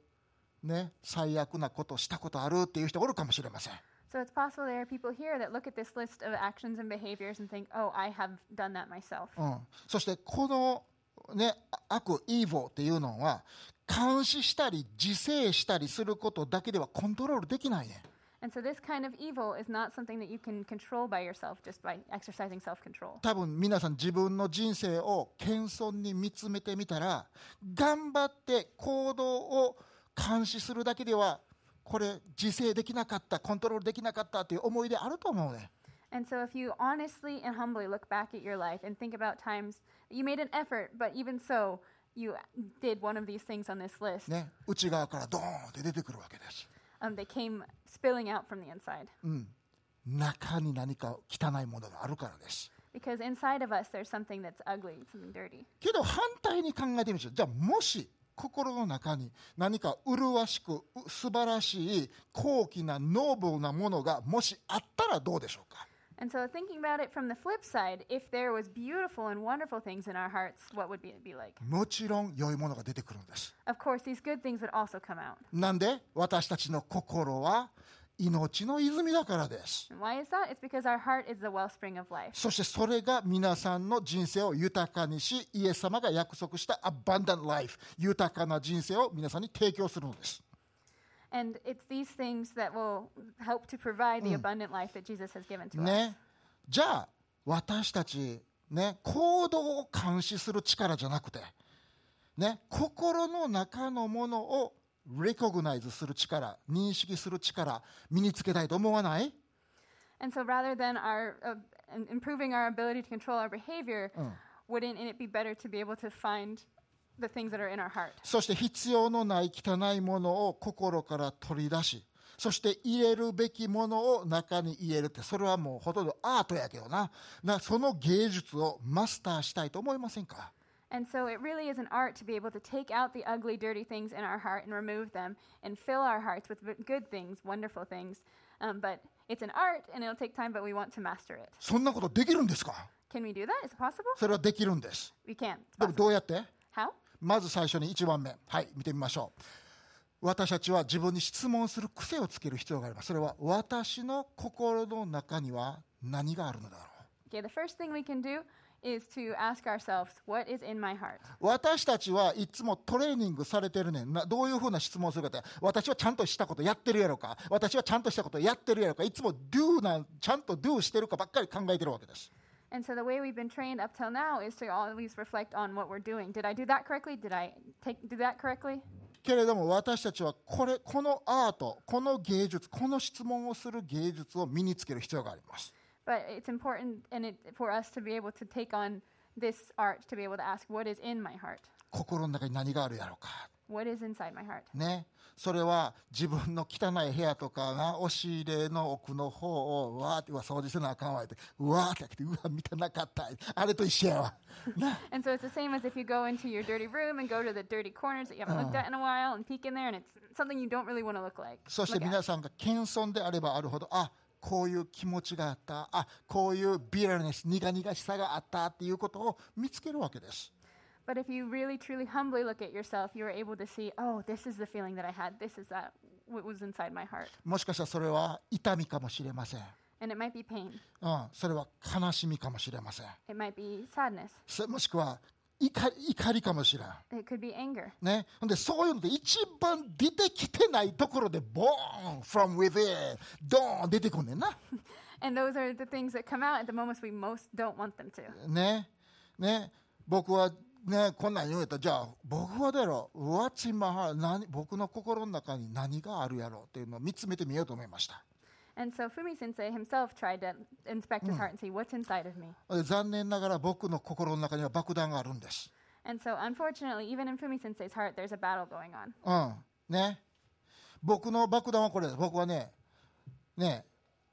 A: ね、最悪なことしたことあるっていう人おるかもしれません
B: So it's possible there are people here that look at this list of actions and behaviors and think, oh, I have done that myself.
A: うん、そしてこの、ね、あ悪、イーボっていうのは監視したり自制したりすることだけではコントロールできないね
B: And so this kind of evil is not something that you can control by yourself just by exercising self control.
A: 多分皆さん自分の人生を謙遜に見つめてみたら頑張って行動を監視するだけではこれ自制できなかったコントロールできなかったっていう思い出あると思うね
B: And so, if you honestly and humbly look back at your life and think about times that you made an effort, but even so, you did one of these things on this list,
A: ね内側からドーンって出てくるわけです、
B: um, they came spilling out from the inside.
A: うん、中に何か汚いものがあるからです
B: Because inside of us, there's something that's ugly, something dirty.
A: けど反対に考えてみましょうじゃあもし心の中に何か麗しくう素晴らしい高貴なノーブルなものがもしあったらどうでしょうか
B: And so, thinking about it from the flip side, if there was beautiful and wonderful things in our hearts, what would it be like?
A: もちろん良いものが出てくるんです
B: Of course, these good things would also come out.
A: なんで私たちの心は命の泉だからです
B: And why is that? It's because our heart is the wellspring of life.
A: そしてそれが皆さんの人生を豊かにしイエス様が約束したアバンダンライフ豊かな人生を皆さんに提供するのです
B: And it's these things that will help to provide the abundant life that Jesus has given to us.
A: ねじゃあ私たちね行動を監視する力じゃなくてね心の中のものをレコグナイズする力認識する力身につけたいと思わない
B: And so, rather than our uh, im- improving our ability to control our behavior, wouldn't it be better to be able to find the things that are in our heart?
A: そして必要のない汚いものを心から取り出し、そして入れるべきものを中に入れるって、それはもうほとんどアートやけどな。なその芸術をマスターしたいと思いませんか
B: And so it really is an art to be able to take out the ugly, dirty things in our heart and remove them and fill our hearts with v- good things, wonderful things. Um, but it's an art and it'll take time, but we want to master it.
A: そんなことできるんですか
B: Can we do that? Is it possible?
A: それはできるんです。
B: We can. It's
A: でも
B: possible.
A: どうやって
B: How?
A: まず最初に1番目。はい、見てみましょう。私たちは自分に質問する癖をつける必要があります。それは私の心の中には何があるのだろう
B: Okay, the first thing we can do is to ask ourselves, what is in my heart?
A: 私たちはいつもトレーニングされてるねんな。どういうふうな質問をするかって。私はちゃんとしたことやってるやろか。私はちゃんとしたことやってるやろか。いつも do なん、ちゃんと do してるかばっかり考えてるわけです。
B: And so the way we've been trained up till now is to always reflect on what we're doing. Did I do that correctly? Did I take do that correctly?
A: けれども私たちはこれ、このアート、この芸術、この質問をする芸術を身につける必要があります。
B: But it's important and it, for us to be able to take on this art to be able to ask, what is in my heart?
A: 心の中に何があるやろか。
B: What is inside my heart?
A: ね。それは自分の汚い部屋とかな、押し入れの奥の方をわーって、うわ、掃除せなあかんわって、うわーってやって、うわ、見てなかった。あれと一緒やわ。な
B: And so it's the same as if you go into your dirty room and go to the dirty corners that you haven't looked at in a while and peek in there and it's something you don't really want to look like.
A: そして
B: look at.
A: 皆さんが謙遜であればあるほど、あこういう気持ちがあった、あこういうビラネス、苦々しさがあったっていうことを見つけるわけです。
B: But if you really, truly, humbly look at yourself, you are able to see, oh, this is the feeling that I had. This is that what was inside my heart.
A: もしかしたらそれは痛みかもしれません。
B: And it might be pain.
A: うん、それは悲しみかもしれません。
B: It might be sadness.
A: そもしくは怒り怒りかもしれん。
B: It could be anger.
A: ね、ほんでそういうので一番出てきてないところでボーン from within ドーン出てくんねんな。
B: And those are the things that come out at the moments we most don't want them to.
A: ね、ね、僕はね、こんなん言うやったら、じゃあ僕はだろう、What's in my heart? 何僕の心の中に何があるやろうっていうのを見つめてみようと思いました。
B: And so Fumi sensei himself tried to inspect his heart and see what's inside of me.
A: で残念ながら僕の心の中には爆弾があるんです。
B: And so, unfortunately, even in Fumi sensei's heart, there's a battle going on.
A: うん。ね。僕の爆弾はこれです。僕はね、ね、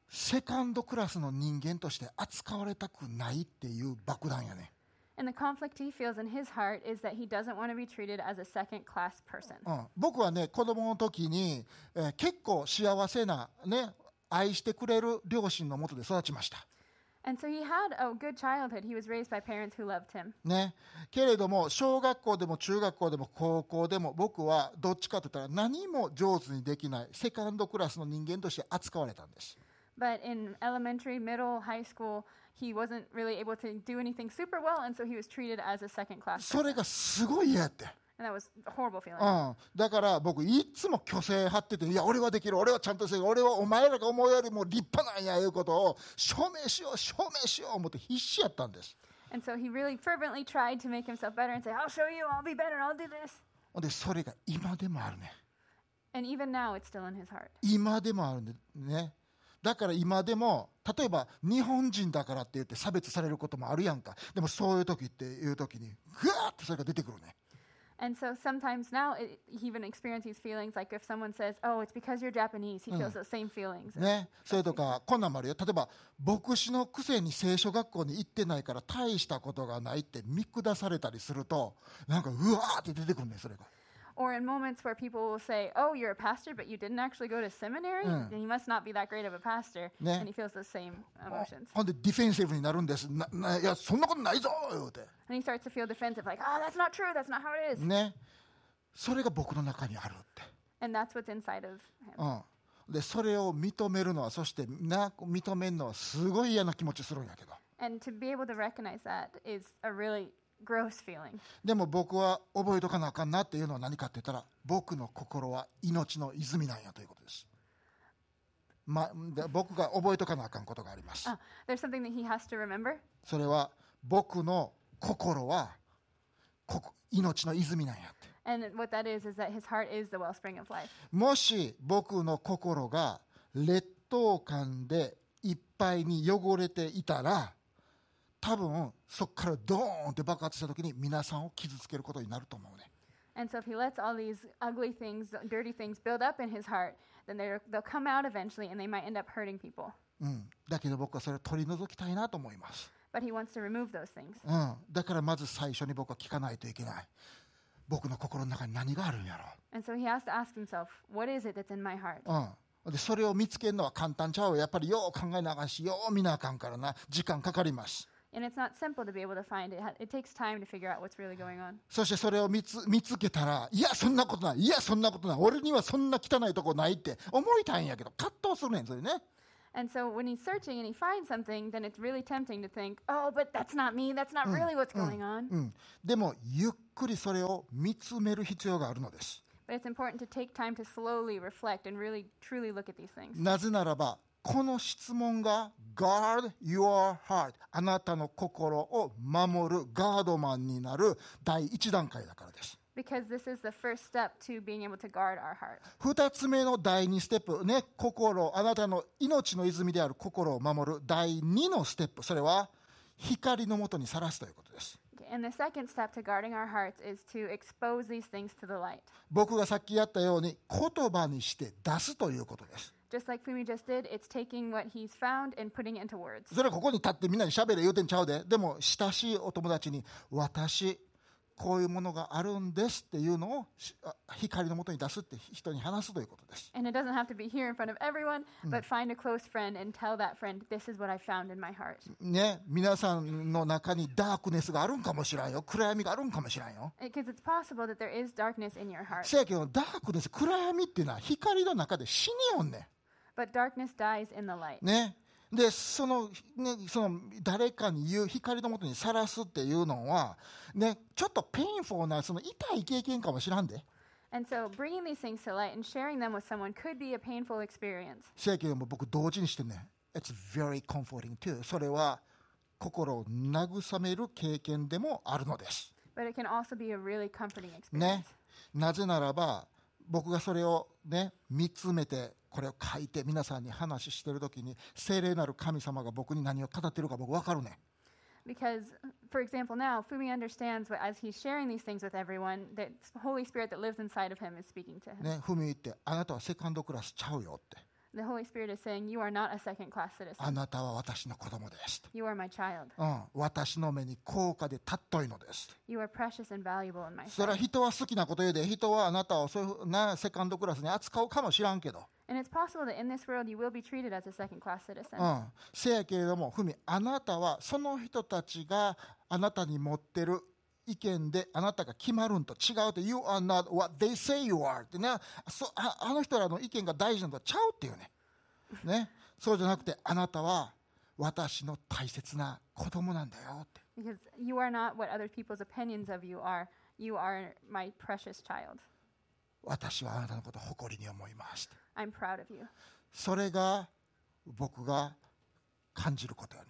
A: セカンドクラスの人間として扱われたくないっていう爆弾やね。
B: And the conflict he feels in his heart is that he doesn't want to be treated as a second class person.
A: うん、僕はね子供の時に、えー結構幸せな、ね、愛してくれる両親のもとで育ちました、
B: And so he had a good childhood. He was raised by parents who loved him.
A: ね、けれども小学校でも中学校でも高校でも僕はどっちかといったら何も上手にできないセカンドクラスの人間として扱われたんです、
B: But in elementary, middle, high school, he wasn't really able to do anything super well, and so he was treated as a second class.
A: それがすごい嫌やって、
B: And that was a horrible feeling.
A: うん、だから僕いつも虚勢張ってて「いや俺はできる俺はちゃんとせる俺はお前らが思うよりも立派なんや」いうことを証明しよう証明しよう思って必死やったんです
B: And so he really fervently tried to make himself better and say, I'll show you, I'll be better, I'll do this.
A: ほんでそれが今でもあるね
B: And even now, it's still in his heart.
A: 今でもあるんでねだから今でも例えば日本人だからって言って差別されることもあるやんかでもそういう時っていう時にグワーってそれが出てくるね
B: And so sometimes now, it, he even experiences these feelings like if someone says, Oh, it's because you're Japanese, he feels those same feelings.
A: ねそれとかこんなんもあるよ例えば牧師のくせに聖書学校に行ってないから大したことがないって見下されたりするとなんかうわーって出てくるねそれが
B: or in moments where people will say, "Oh, you're a pastor, but you didn't actually go to seminary, then you must not be that great of a pastor."
A: Yeah.
B: And he feels those same emotions,
A: ほんでディフェンシブになるんですなないやそんなことないぞ言うて
B: and he starts to feel defensive, like, "Oh, that's not true. That's not how it is."
A: ねそれが僕の中にあるって、
B: And that's what's inside of him.
A: うん、でそれを認めるのはそしてな認めるのはすごい嫌な気持ちするんやけど
B: And to be able to recognize that is a really gross feeling.
A: でも僕は覚えとかなあかんなっていうのは何かって言ったら僕の心は命の泉なんやということです、ま、で僕が覚えとかなあかんことがあります
B: Oh, there's something that he has to remember.
A: それは僕の心はここ命の泉なんやって
B: And what that is is that his heart is the wellspring of life.
A: もし僕の心が劣等感でいっぱいに汚れていたら多分そこからドーンって爆発した時に皆さんを傷つけることになると思うね
B: And so if he lets all these ugly things, dirty things build up in his heart, then they're- they'll come out eventually and they might end up hurting people.
A: うん、だけど僕はそれを取り除きたいなと思います、
B: But he wants to remove those things.
A: うん、だからまず最初に僕は聞かないといけない僕の心の中に何があるんや
B: And so he has to ask himself, what is it that's in my heart?
A: ろ、うん、でそれを見つけるのは簡単ちゃうよやっぱりよう考えなあかんしよう見なあかんからな時間かかります
B: And it's not simple to be able to find it. It ha- It takes time to figure out what's really going on.
A: そしてそれを見つ見つけたらいやそんなことないいやそんなことない俺にはそんな汚いとこないって思いたいんやけど葛藤するねんそれね
B: And so when he's searching and he finds something, then it's really tempting to think, oh, but that's not me. That's not really what's going on.
A: うんでもゆっくりそれを見つめる必要があるのです
B: But it's important to take time to slowly reflect and really, truly look at these things.
A: なぜならば、この質問が Guard your heart あなたの心を守るガードマンになる第一段階だからです。
B: Because this is the first step to being able to guard our heart.
A: 二つ目の第二ステップね、心、あなたの命の泉である心を守る第二のステップ、それは光のもとにさらすということです。
B: And the second step to guarding our hearts is to expose these things to the light.
A: 僕がさっきやったように言葉にして出すということです。
B: Just like Fumi just did, it's taking what he's found and putting it into words.
A: それはここに立ってみんなに喋れ言うてんちゃうで。でも、親しいお友達に、私、こういうものがあるんですっていうのをしあ光のもとに出すって人に話すということです。
B: And it doesn't have to be here in front of everyone, but find a close friend and tell that friend, this is what I found in my heart.
A: ね、皆さんの中にダークネスがあるんかもしらんよ。暗闇があるんかもしらんよ。
B: Because it's possible that there is darkness in your heart,
A: せやけど、ダークネス、暗闇っていうのは光の中で死によんねん。
B: but darkness dies in the light.
A: ね。で、その、ね、その、誰かに言う、光のもとにさらすっていうのは、ね、ちょっとペインフォーな、その痛い経験かもしらんで。
B: And so bringing these things to light and sharing them with someone could be a painful experience.
A: せやけども僕同時にしてね、It's very comforting too. それは心を慰める経験でもあるのです。
B: But it can also be a really comforting
A: ね
B: experience.。
A: なぜならば、僕がそれをね、見つめて、これを書いて皆さんに話してるときに、聖霊なる神様が僕に何を語ってるか僕わかるね。
B: Because, for example, now Fumi understands what, as he's sharing these things with everyone, that s- Holy Spirit that lives inside of him is speaking to him.
A: ね、踏み入って、あなたはセカンドクラスちゃうよって。
B: The Holy Spirit is saying, You are not a second class citizen.
A: あなたは私の子供ですって。
B: you are my child.
A: うん、私の目に高価で尊いのですって。
B: You are precious and valuable in my
A: それは
B: sight.
A: 人は好きなこと言うで、人はあなたをそういうふうなセカンドクラスに扱うかもしらんけど、
B: And it's possible that in this world you will be treated as a second class citizen.
A: うん、せやけれども、ふみ、あなたはその人たちがあなたに持ってる意見であなたが決まるんと違うと、You are not what they say you are ってね、そああの人らの意見が大事なのとちゃうっていうね。ね、そうじゃなくて、あなたは私の大切な子供なんだよって。
B: Because you are not what other people's opinions of you are. You are my precious child.
A: 私はあなたのことを誇りに思いますって。
B: I'm proud of you.
A: それが僕が感じることよね。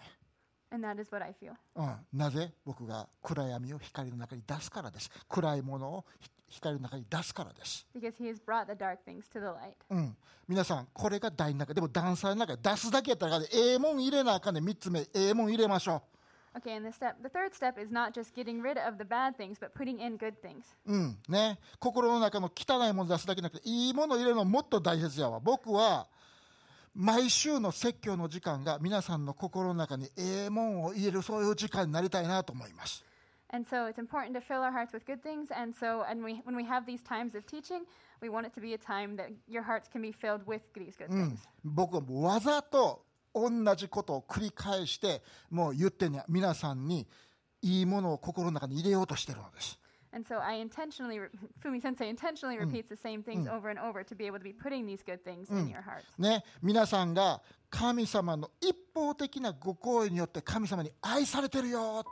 B: And that is what I feel.
A: うん、なぜ僕が暗闇を光の中に出すからです。暗いものをひ光の中に出すからです。
B: Because he has brought the dark things to the light.
A: うん、皆さん、これが大の中、でもダンサーの中で出すだけやったらあかんで、ええもん入れなあかんで、3つ目、ええもん入れましょ
B: Okay, and the step the third step is not just getting rid of the bad things, but putting in good things.
A: う。うん、ね。心の中の汚いもの出すだけじゃなくて、いいもの入れるのもっと大切やわ。僕は、毎週の説教の時間が皆さんの心の中にええもんを入れるそういう時間になりたいなと思います。
B: And so it's important to fill our hearts with good things. And so, and we, when we have these times of teaching, we want it to be a time that your hearts can be filled with these good things.
A: 僕はもうわざと同じことを繰り返してもう言ってね皆さんにいいものを心の中に入れようとしてるのです
B: And so I intentionally, re- <laughs> Fumi Sensei intentionally repeats the same things over and over to be able to be putting these good things in your hearts.
A: ね皆さんが神様の一方的なご行為によって神様に愛されてるよって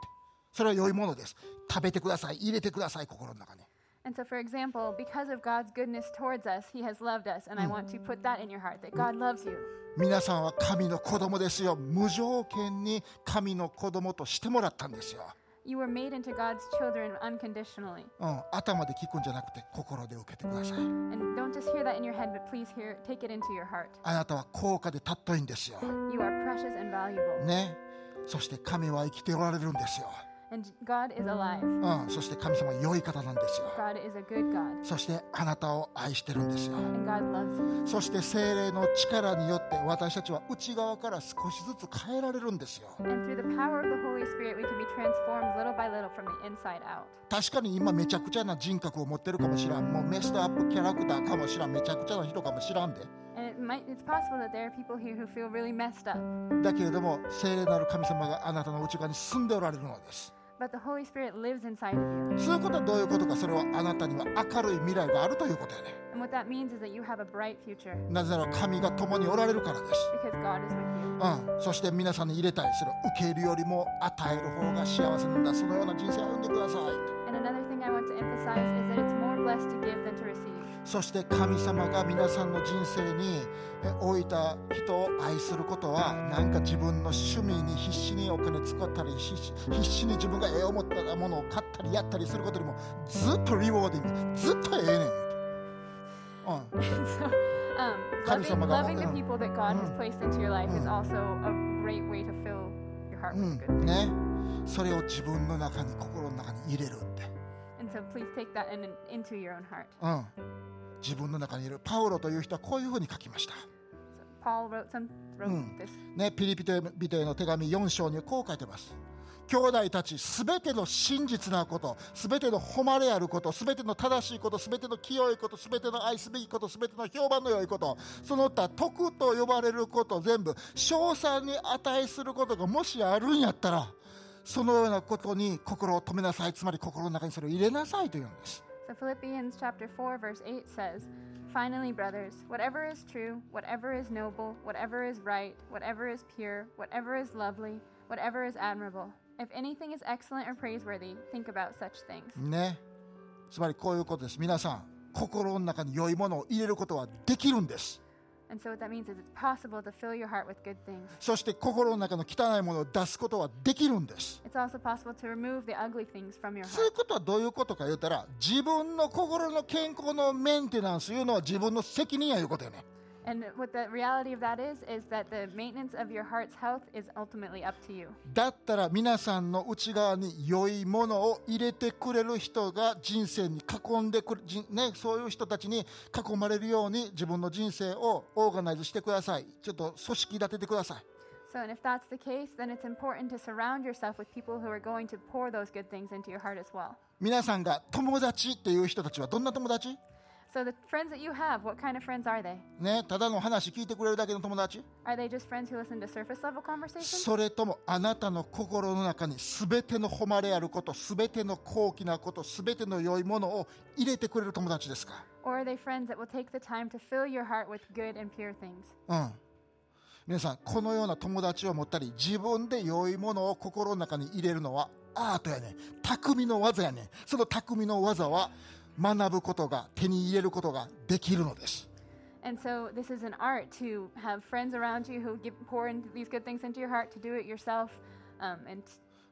A: それは良いものです食べてください入れてください心の中に
B: And so, for example, because of God's goodness towards us, He has loved us. And I want to put that in your heart that God loves you.
A: 皆さんは神の子供ですよ無条件に神の子供としてもらったんですよ、
B: You were made into God's children unconditionally.
A: うん、頭で聞くんじゃなくて心で受けてください
B: And don't just hear that in your head, but please hear, take it into your heart.
A: あなたは高価で尊いんですよ
B: You are precious and valuable.
A: ねそして神は生きておられるんですよ、
B: And God is alive.
A: うん、そして神様は良い方なんですよ
B: God is a good God.
A: そしてあなたを愛してるんですよ
B: And God loves you.
A: そして精霊の力によって私たちは内側から少しずつ変えられるんですよ
B: And through the power of the Holy Spirit, we can be transformed little by little from the inside out.
A: 確かに今めちゃくちゃな人格を持ってるかもしらんもうメストアップキャラクターかもしらんめちゃくちゃな人かもしらんで
B: And it might, it's possible that there are people here who feel really messed up.
A: だけれども精霊なる神様があなたの内側に住んでおられるのです
B: But the Holy Spirit lives inside of you.
A: そういうことはどういうことかそれはあなたには明るい未来があるということやね
B: And what that means is that you have a bright future
A: なぜなら神が共におられるからです
B: because God is with you.
A: うん、そして皆さんに入れたりする受け入れるよりも与える方が幸せなんだそのような人生を歩んでください
B: And another thing I want to emphasize is that it's more blessed to give than to receive.
A: そして神様が皆さんの人生にえ置いた人を愛することはなんか自分の趣味に必死にお金使ったり必死必死に自分がええ思ったものを買ったりやったりすることよりもずっとリボーディングずっとええねん、うん、
B: so, um, loving,
A: Kami-sama-ga-
B: loving the
A: mm.
B: people that God has placed into your life is
A: Mm.
B: also a great way to fill your heart
A: う
B: with good.
A: んねそれを自分の中に心の中に入れるって。
B: And so please take that in, into your own heart.
A: うん、自分の中にいるパウロという人はこういうふうに書きました、
B: So Paul wrote some wrote
A: Mm.
B: this.
A: ね、ピリピテビテへの手紙4章にこう書いてます兄弟たちすべての真実なことすべての誉れあることすべての正しいことすべての清いことすべての愛すべきことすべての評判の良いことその他徳と呼ばれること全部賞賛に値することがもしあるんやったらそのようなことに心を止めなさいつまり心の中にそれを入れなさいというんです
B: So Philippians chapter 4 verse 8 says, "Finally, brothers, whatever is true, whatever is noble, whatever is right, whatever is pure, whatever is lovely, whatever is admirable, if anything is excellent or praiseworthy, think about such things."
A: ね。つまりこういうことです。皆さん、心の中に良いものを入れることはできるんです。
B: And so what that means is it's possible to fill your heart with good things.
A: そして心の中の汚いものを出すことはできるんです。
B: It's also possible to remove the ugly things from your
A: そういう <laughs>
B: heart.
A: ことはどういうことか言うたら、自分の心の健康のメンテナンスいうのは自分の責任やいうことよね。
B: And what the reality of that is, is that the maintenance of your heart's health is ultimately up to you.
A: だったら皆さんの内側に良いものを入れてくれる人が人生に囲んでくる、じね、そういう人たちに囲まれるように自分の人生をオーガナイズしてください。ちょっと組織立ててください。
B: So, and if that's the case, then it's important to surround yourself with people who are going to pour those good things into your heart as well.
A: 皆さんが友達っていう人たちはどんな友達
B: So, the friends that you have, what kind of friends are they?
A: ね、ただの話聞いてくれるだけの友達
B: Are they just friends who listen to surface level conversations?
A: それともあなたの心の中に全ての誉れあること全ての高貴なこと全ての良いものを入れてくれる友達ですか
B: Or are they friends that will take the time to fill your heart with good and pure things?
A: うん皆さんこのような友達を持ったり自分で良いものを心の中に入れるのはアートやねん匠の技やねんその匠の技は学ぶことが手に入れることができるのです
B: And so this is an art to have friends around you who give, pour in these good things into your heart to do it yourself, um, and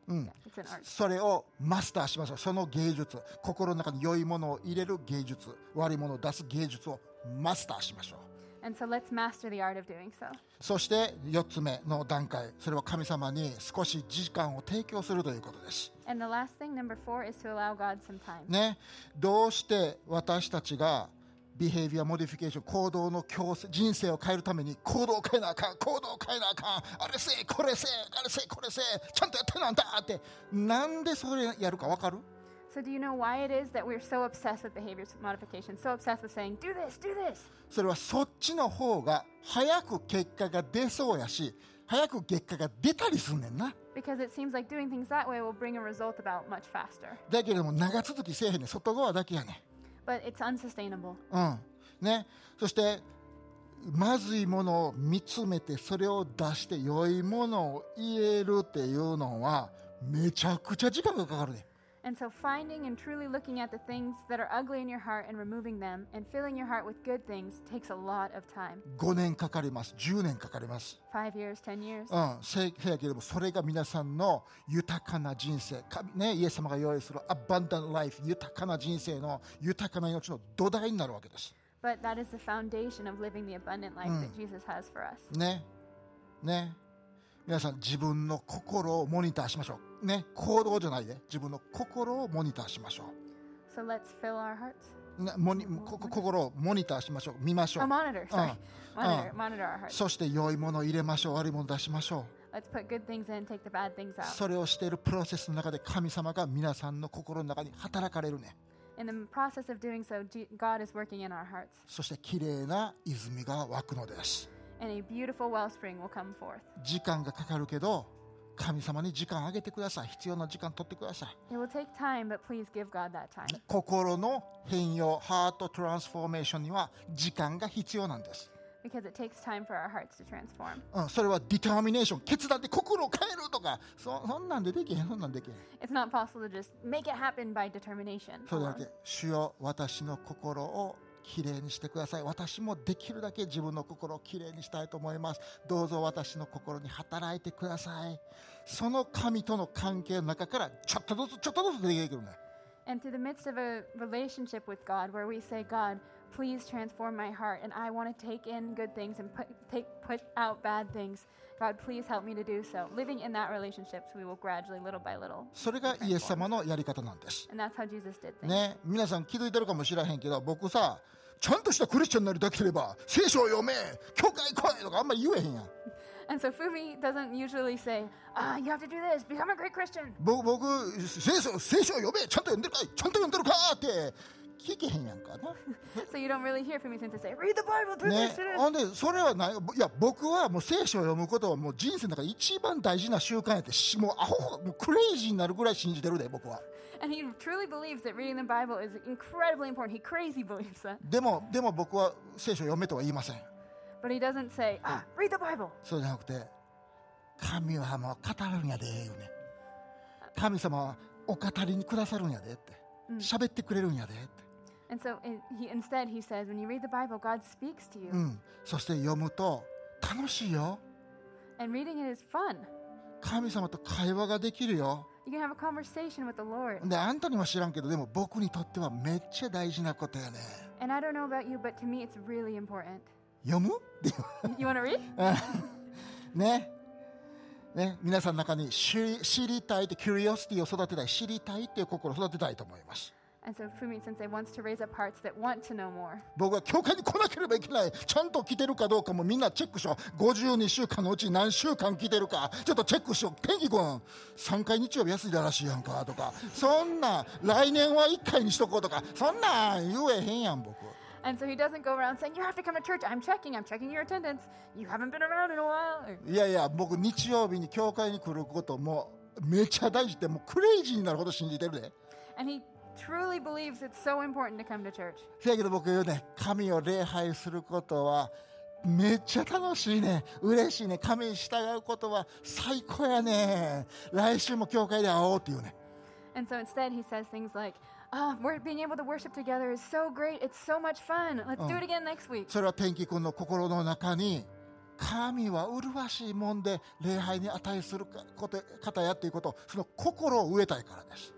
B: yeah, it's an art.
A: それをマスターしましょう。その芸術。心の中に良いものを入れる芸術。悪いものを出す芸術をマスターしましょう。
B: And so let's master the art of doing so.
A: そして4つ目の段階。それは神様に少し時間を提供するということです。
B: And the last thing, number four, is to allow God some time.
A: ね。どうして私たちがビヘイビアモディフィケーション行動の強制人生を変えるために行動を変えなあかん行動を変えなあかんあれせえこれせえあれせえこれせえちゃんとやってなんだってなんでそれやるかわかる
B: So, do you know why it is that we're so obsessed with behavior modification, so obsessed with saying, do this, do this?
A: それはそっちの方が早く結果が出そうやし早く結果が出たりすんねんな
B: Because it seems like doing things that way will bring a result about much faster.
A: だけれども長続きせえへんねん外側だけやねん
B: But it's unsustainable.
A: うん。ね。そして、まずいものを見つめて、それを出して、良いものを言えるっていうのは、めちゃくちゃ時間がかかるね。
B: And so, finding and truly looking at the things that are ugly in your heart and removing them and filling your heart with good things takes a lot of time
A: 5年かかります。10年かかります。
B: five years, 10 years.
A: うん。せせやけれども、それが皆さんの豊かな人生、神ね、イエス様が用意するアバンダンライフ、豊かな人生の、豊かな命の土台になるわけです。
B: But that is the foundation of living the abundant life
A: Mm.
B: that Jesus has for us.
A: ね。ね。皆さん、自分の心をモニターしましょう。ね。行動じゃないで。自分の心をモニターしましょ
B: So, let's fill our hearts.
A: う。ね、モニここ心をモニターしましょう。見ましょ
B: Oh,
A: う。
B: monitor, sorry.
A: Uh,
B: monitor,
A: uh.
B: monitor our hearts.
A: そして良いものを入れましょう。悪いものを出しましょ
B: Let's put good things in, take the bad things
A: う。
B: out.
A: それをしているプロセスの中で神様が皆さんの心の中に働かれるね。
B: In the process of doing so, G- God is working in our hearts,
A: そして綺麗な泉が湧くのです。
B: and a beautiful wellspring will come forth.
A: 時間がかかるけど、神様に時間あげてください。必要な時間取ってください。
B: It will take time, but please give God that
A: Mm.
B: time.
A: 心の変容、ハートトランスフォーメーションには時間が必要なんです。
B: Because it takes time for our hearts to transform.
A: うん、それはディターミネーション、決断で心を変えるとか、そそんなんでできへん、そんなんできへん。
B: It's not possible to just make it happen by determination.
A: それだ
B: alone.
A: け、主よ、私の心をきれいにしてください。私もできるだけ自分の心をきれいにしたいと思います。どうぞ私の心に働いてください。その神との関係の中から、ちょっとずつ、ちょっとずつできてくるね。
B: And through the midst of a relationship with God, where we say, God, please transform my heart, and I want to take in good things and put, take, put out bad things. God, please help me to do so. Living in that relationship, we will gradually, little by little.
A: それがイエス様のやり方なんです。
B: And that's how Jesus did things.
A: ね、皆さん気づいてるかもしれへんけど僕さちゃんとしたクリスチャンになりたければ聖書を読め教会来いとかあんまり言えへんやん
B: And so Fumi doesn't usually say, ah, you have to do this, become a great Christian.
A: 僕僕聖書聖書を読めちゃんと読んでるかいちゃんと読んでるかって聞けへんやんかな
B: So you don't really hear Fumi Sensei say, read the Bible, do
A: ね
B: this, do this.
A: ほんでそれはないいや僕はもう聖書を読むことはもう人生の中で一番大事な習慣やってしもうアホもうクレイジーになるぐらい信じてるで僕は
B: And he truly believes that reading the Bible is incredibly important. He crazy believes that.
A: でもでも僕は聖書を読めとは言いません
B: But he doesn't say, ah, read the Bible.
A: そうじゃなくて神はもう語るんやで言うね神様はお語りにくださるんやでって喋、ってくれるんやでって、
B: And so in, he, instead, he says, when you read the Bible, God speaks to you.
A: うん、そして読むと楽しいよ
B: And reading it is fun.
A: 神様と会話ができるよ
B: You can have a conversation with the Lord.
A: であんたには知らんけどでも僕にとってはめっちゃ大事なことやね
B: And I don't know about you, but to me, it's really important.
A: 読むって
B: You want to read?
A: ねね皆さんの中に知り知りたいってキュリオシティを育てたい知りたいっていう心を育てたいと思います
B: And so Fumi Sensei wants to raise up hearts that want to know more.
A: 僕は教会に来なければいけない。ちゃんと来てるかどうかもみんなチェックしよう。52週間のうち何週間来てるか、ちょっとチェックしよう。天気君、3回日曜日休いだらしいやんか、とか。そんな、来年は1回にしとこうとか、そんなん言えへんやん、僕。
B: And so he doesn't go around saying, You have to come to church. I'm checking. I'm checking your attendance. You haven't been around in a while. Or,
A: いやいや、僕日曜日に教会に来ることも、めちゃ大事って、もうクレイジーになるほど信じてるで。
B: and he truly believes it's so important to come to church.
A: せやけど僕言うね、神を礼拝することは、めっちゃ楽しいね。嬉しいね。神に従うことは最高やね。来週も教会で会おうっていうね。
B: And so instead, he says things like, Oh, we're being able to worship together is so great. It's so much fun. Let's do it again next week.
A: それは天気君の心の中に、神は麗しいもんで礼拝に値すること方やっていうことを、その心を植えたいからです。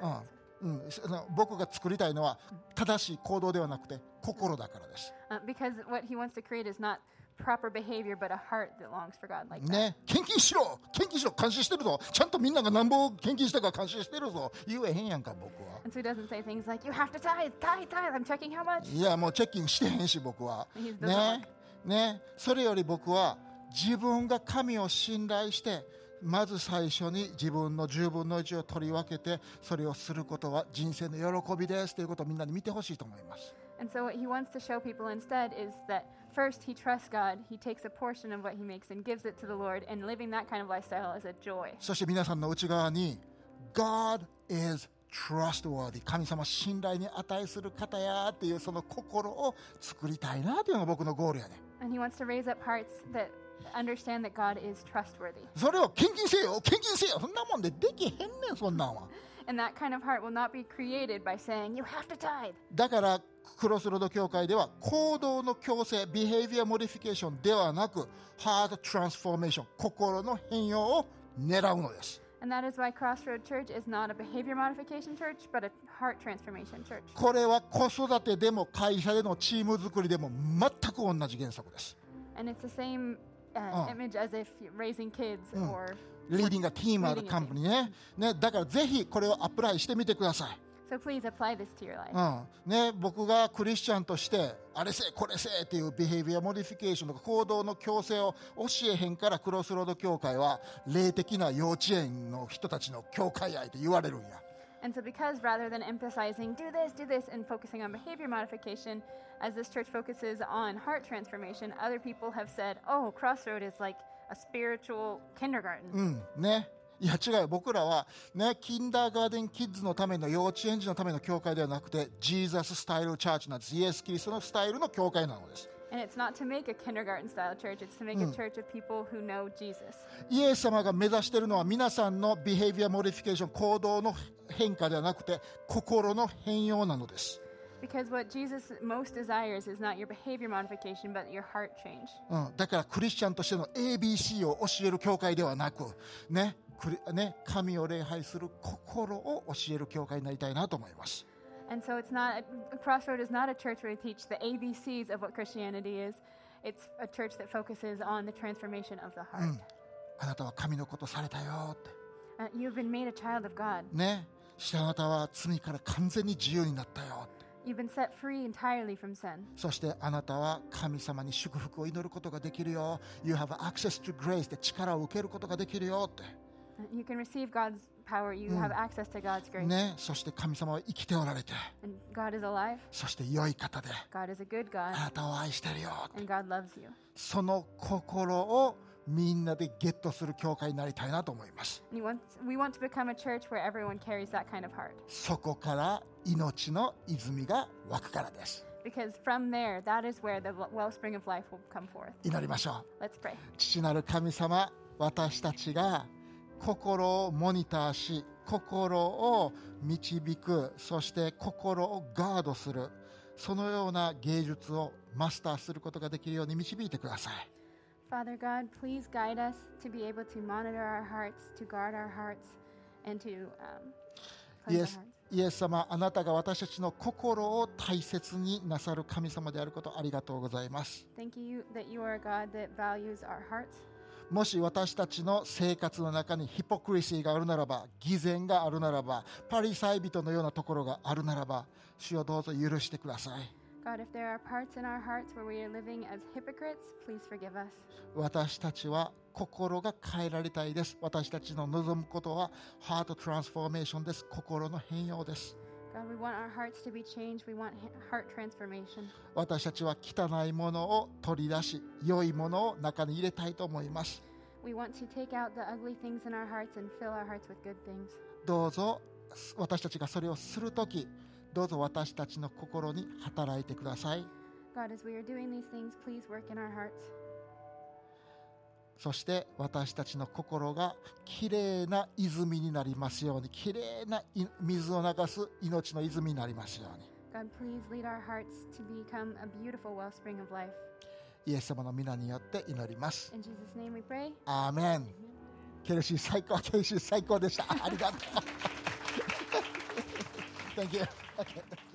A: うん。うん、その僕が作りたいのは正しい行動ではなくて心だからです。
B: Uh, because what he wants to create is not proper behavior, but a heart that longs for God like that.
A: ね、献金しろ献金しろ感心してるぞちゃんとみんながなんぼ献金したか感心してるぞ言えへんやんか僕は
B: And so he doesn't say things like, you have to tithe, tithe, tithe, I'm checking how much.
A: いやもうチェッキングしてへんし僕は
B: He's the
A: ねねそれより僕は自分が神を信頼してまず最初に自分の10分の1を取り分けてそれをすることは人生の喜びですということをみんなに見てほしいと思います。
B: And so what he wants to show people instead is that first he trusts God, he takes a portion of what he makes and gives it to the Lord, and living that kind of lifestyle is a joy.
A: そして皆さんの内側に God is trustworthy 神様信頼に値する方やっていうその心を作りたいなというのが僕のゴールやね
B: And he wants to raise up hearts that understand that God is trustworthy.
A: それを献金せよ献金せよそんなもんでできへんねんそんなんは
B: And that kind of heart will not be created by saying, you have to tithe.
A: だからクロスロード教会では行動の強制ビヘイビアモディフィケーションではなくハートトランスフォーメーション心の変容を狙うのです
B: And that is why Crossroad Church is not a behavior modification church, but a heart transformation church.
A: これは子育てでも会社でのチーム作りでも全く同じ原則です
B: And it's the same uh,
A: Oh.
B: image as if you're raising kids or.
A: リーディングがティーマー
B: Leading
A: の
B: a
A: カンパニーねねだからぜひこれをアプライしてみてください
B: So please apply this to your
A: Oh.
B: life.
A: うんね、僕がクリスチャンとしてあれせえこれせえっていうビヘイビアモディフィケーションとか行動の強制を教えへんからクロスロード教会は霊的な幼稚園の人たちの教会愛と言われるんや
B: And so, because rather than emphasizing do this, do this, and focusing on behavior modification, as this church focuses on heart transformation, other people have said, oh, Crossroad is like a spiritual kindergarten.
A: うんねいや違うよ僕らはねキンダーガーデンキッズのための幼稚園児のための教会ではなくてジーザススタイルチャーチなんですイエス・キリストのスタイルの教会なのです
B: And it's not to make a kindergarten style church, it's to make a church of people who know Jesus.
A: イエス様が目指しているのは皆さんのビヘイビアモディフィケーション行動の変化ではなくて心の変容なのです
B: Because what Jesus most desires is not your behavior modification, but your heart change.
A: うん、だからクリスチャンとしての ABC を教える教会ではなく、ねクリね、神を礼拝する心を教える教会になりたいなと思います。
B: And so it's not a crossroad is not a church where we teach the ABCs of what Christianity is. It's a church that focuses on the transformation of the heart.
A: あなたは神のことされたよって、
B: Uh, you've been made a child of God.
A: ね、そしてあなたは罪から完全に自由になったよって
B: You've been set free entirely from sin.
A: そしてあなたは神様に祝福を祈ることができるよ You have access to grace で力を受けることができるよっ
B: Uh, You can receive God's power. You have access to God's
A: て、
B: grace.
A: ね、そして神様は生きておられて
B: And God is alive.
A: そして良い方で
B: God is a good
A: あ
B: God.
A: なたを愛してるよって
B: And God loves you.
A: その心をみんなでゲットする教会になりたいなと思います。
B: And he wants, we want to become a church where everyone carries that kind of heart.
A: そこから命の泉が湧くからです。
B: Because from there, that is where the w- wellspring of life will come forth.
A: 祈りましょ
B: Let's pray.
A: う。父なる神様、私たちが心をモニターし、心を導く、そして心をガードする、そのような芸術をマスターすることができるように導いてください。
B: Father God, please guide us to be able to monitor our hearts, to guard our hearts, and to um, cleanse
A: イ
B: our
A: エス
B: hearts.
A: イエス様、あなたが私たちの心を大切になさる神様であることありがとうございます。
B: Thank you that you are a God that values our hearts.
A: もし私たちの生活の中にヒポクリシーがあるならば、偽善があるならば、パリサイ人のようなところがあるならば、主をどうぞ許してください。
B: God, if there are parts in our hearts where we are living as hypocrites, please forgive us.
A: 私たちは心が変えられたいです。私たちの望むことは、ハートトランスフォーメーションです。心の変容です。
B: God, we want our hearts to be changed. We want he- heart transformation.
A: 私たちは汚いものを取り出し、良いものを中に入れたいと思います。
B: We want to take out the ugly things in our hearts and fill our hearts with good things.
A: どうぞ私たちがそれをするときどうぞ私たちの心に働いてください
B: God, as we are doing these things, please work in our hearts.
A: そして私たちの心がきれいな泉になりますようにきれいない水を流す命の泉になりますよう
B: God, please lead our hearts to become a beautiful wellspring of life.
A: にイエス様の皆によって祈ります
B: In Jesus' name we pray.
A: アーメンケルシー最高ケル <laughs> シー最高でしたありがとう Thank you. Okay.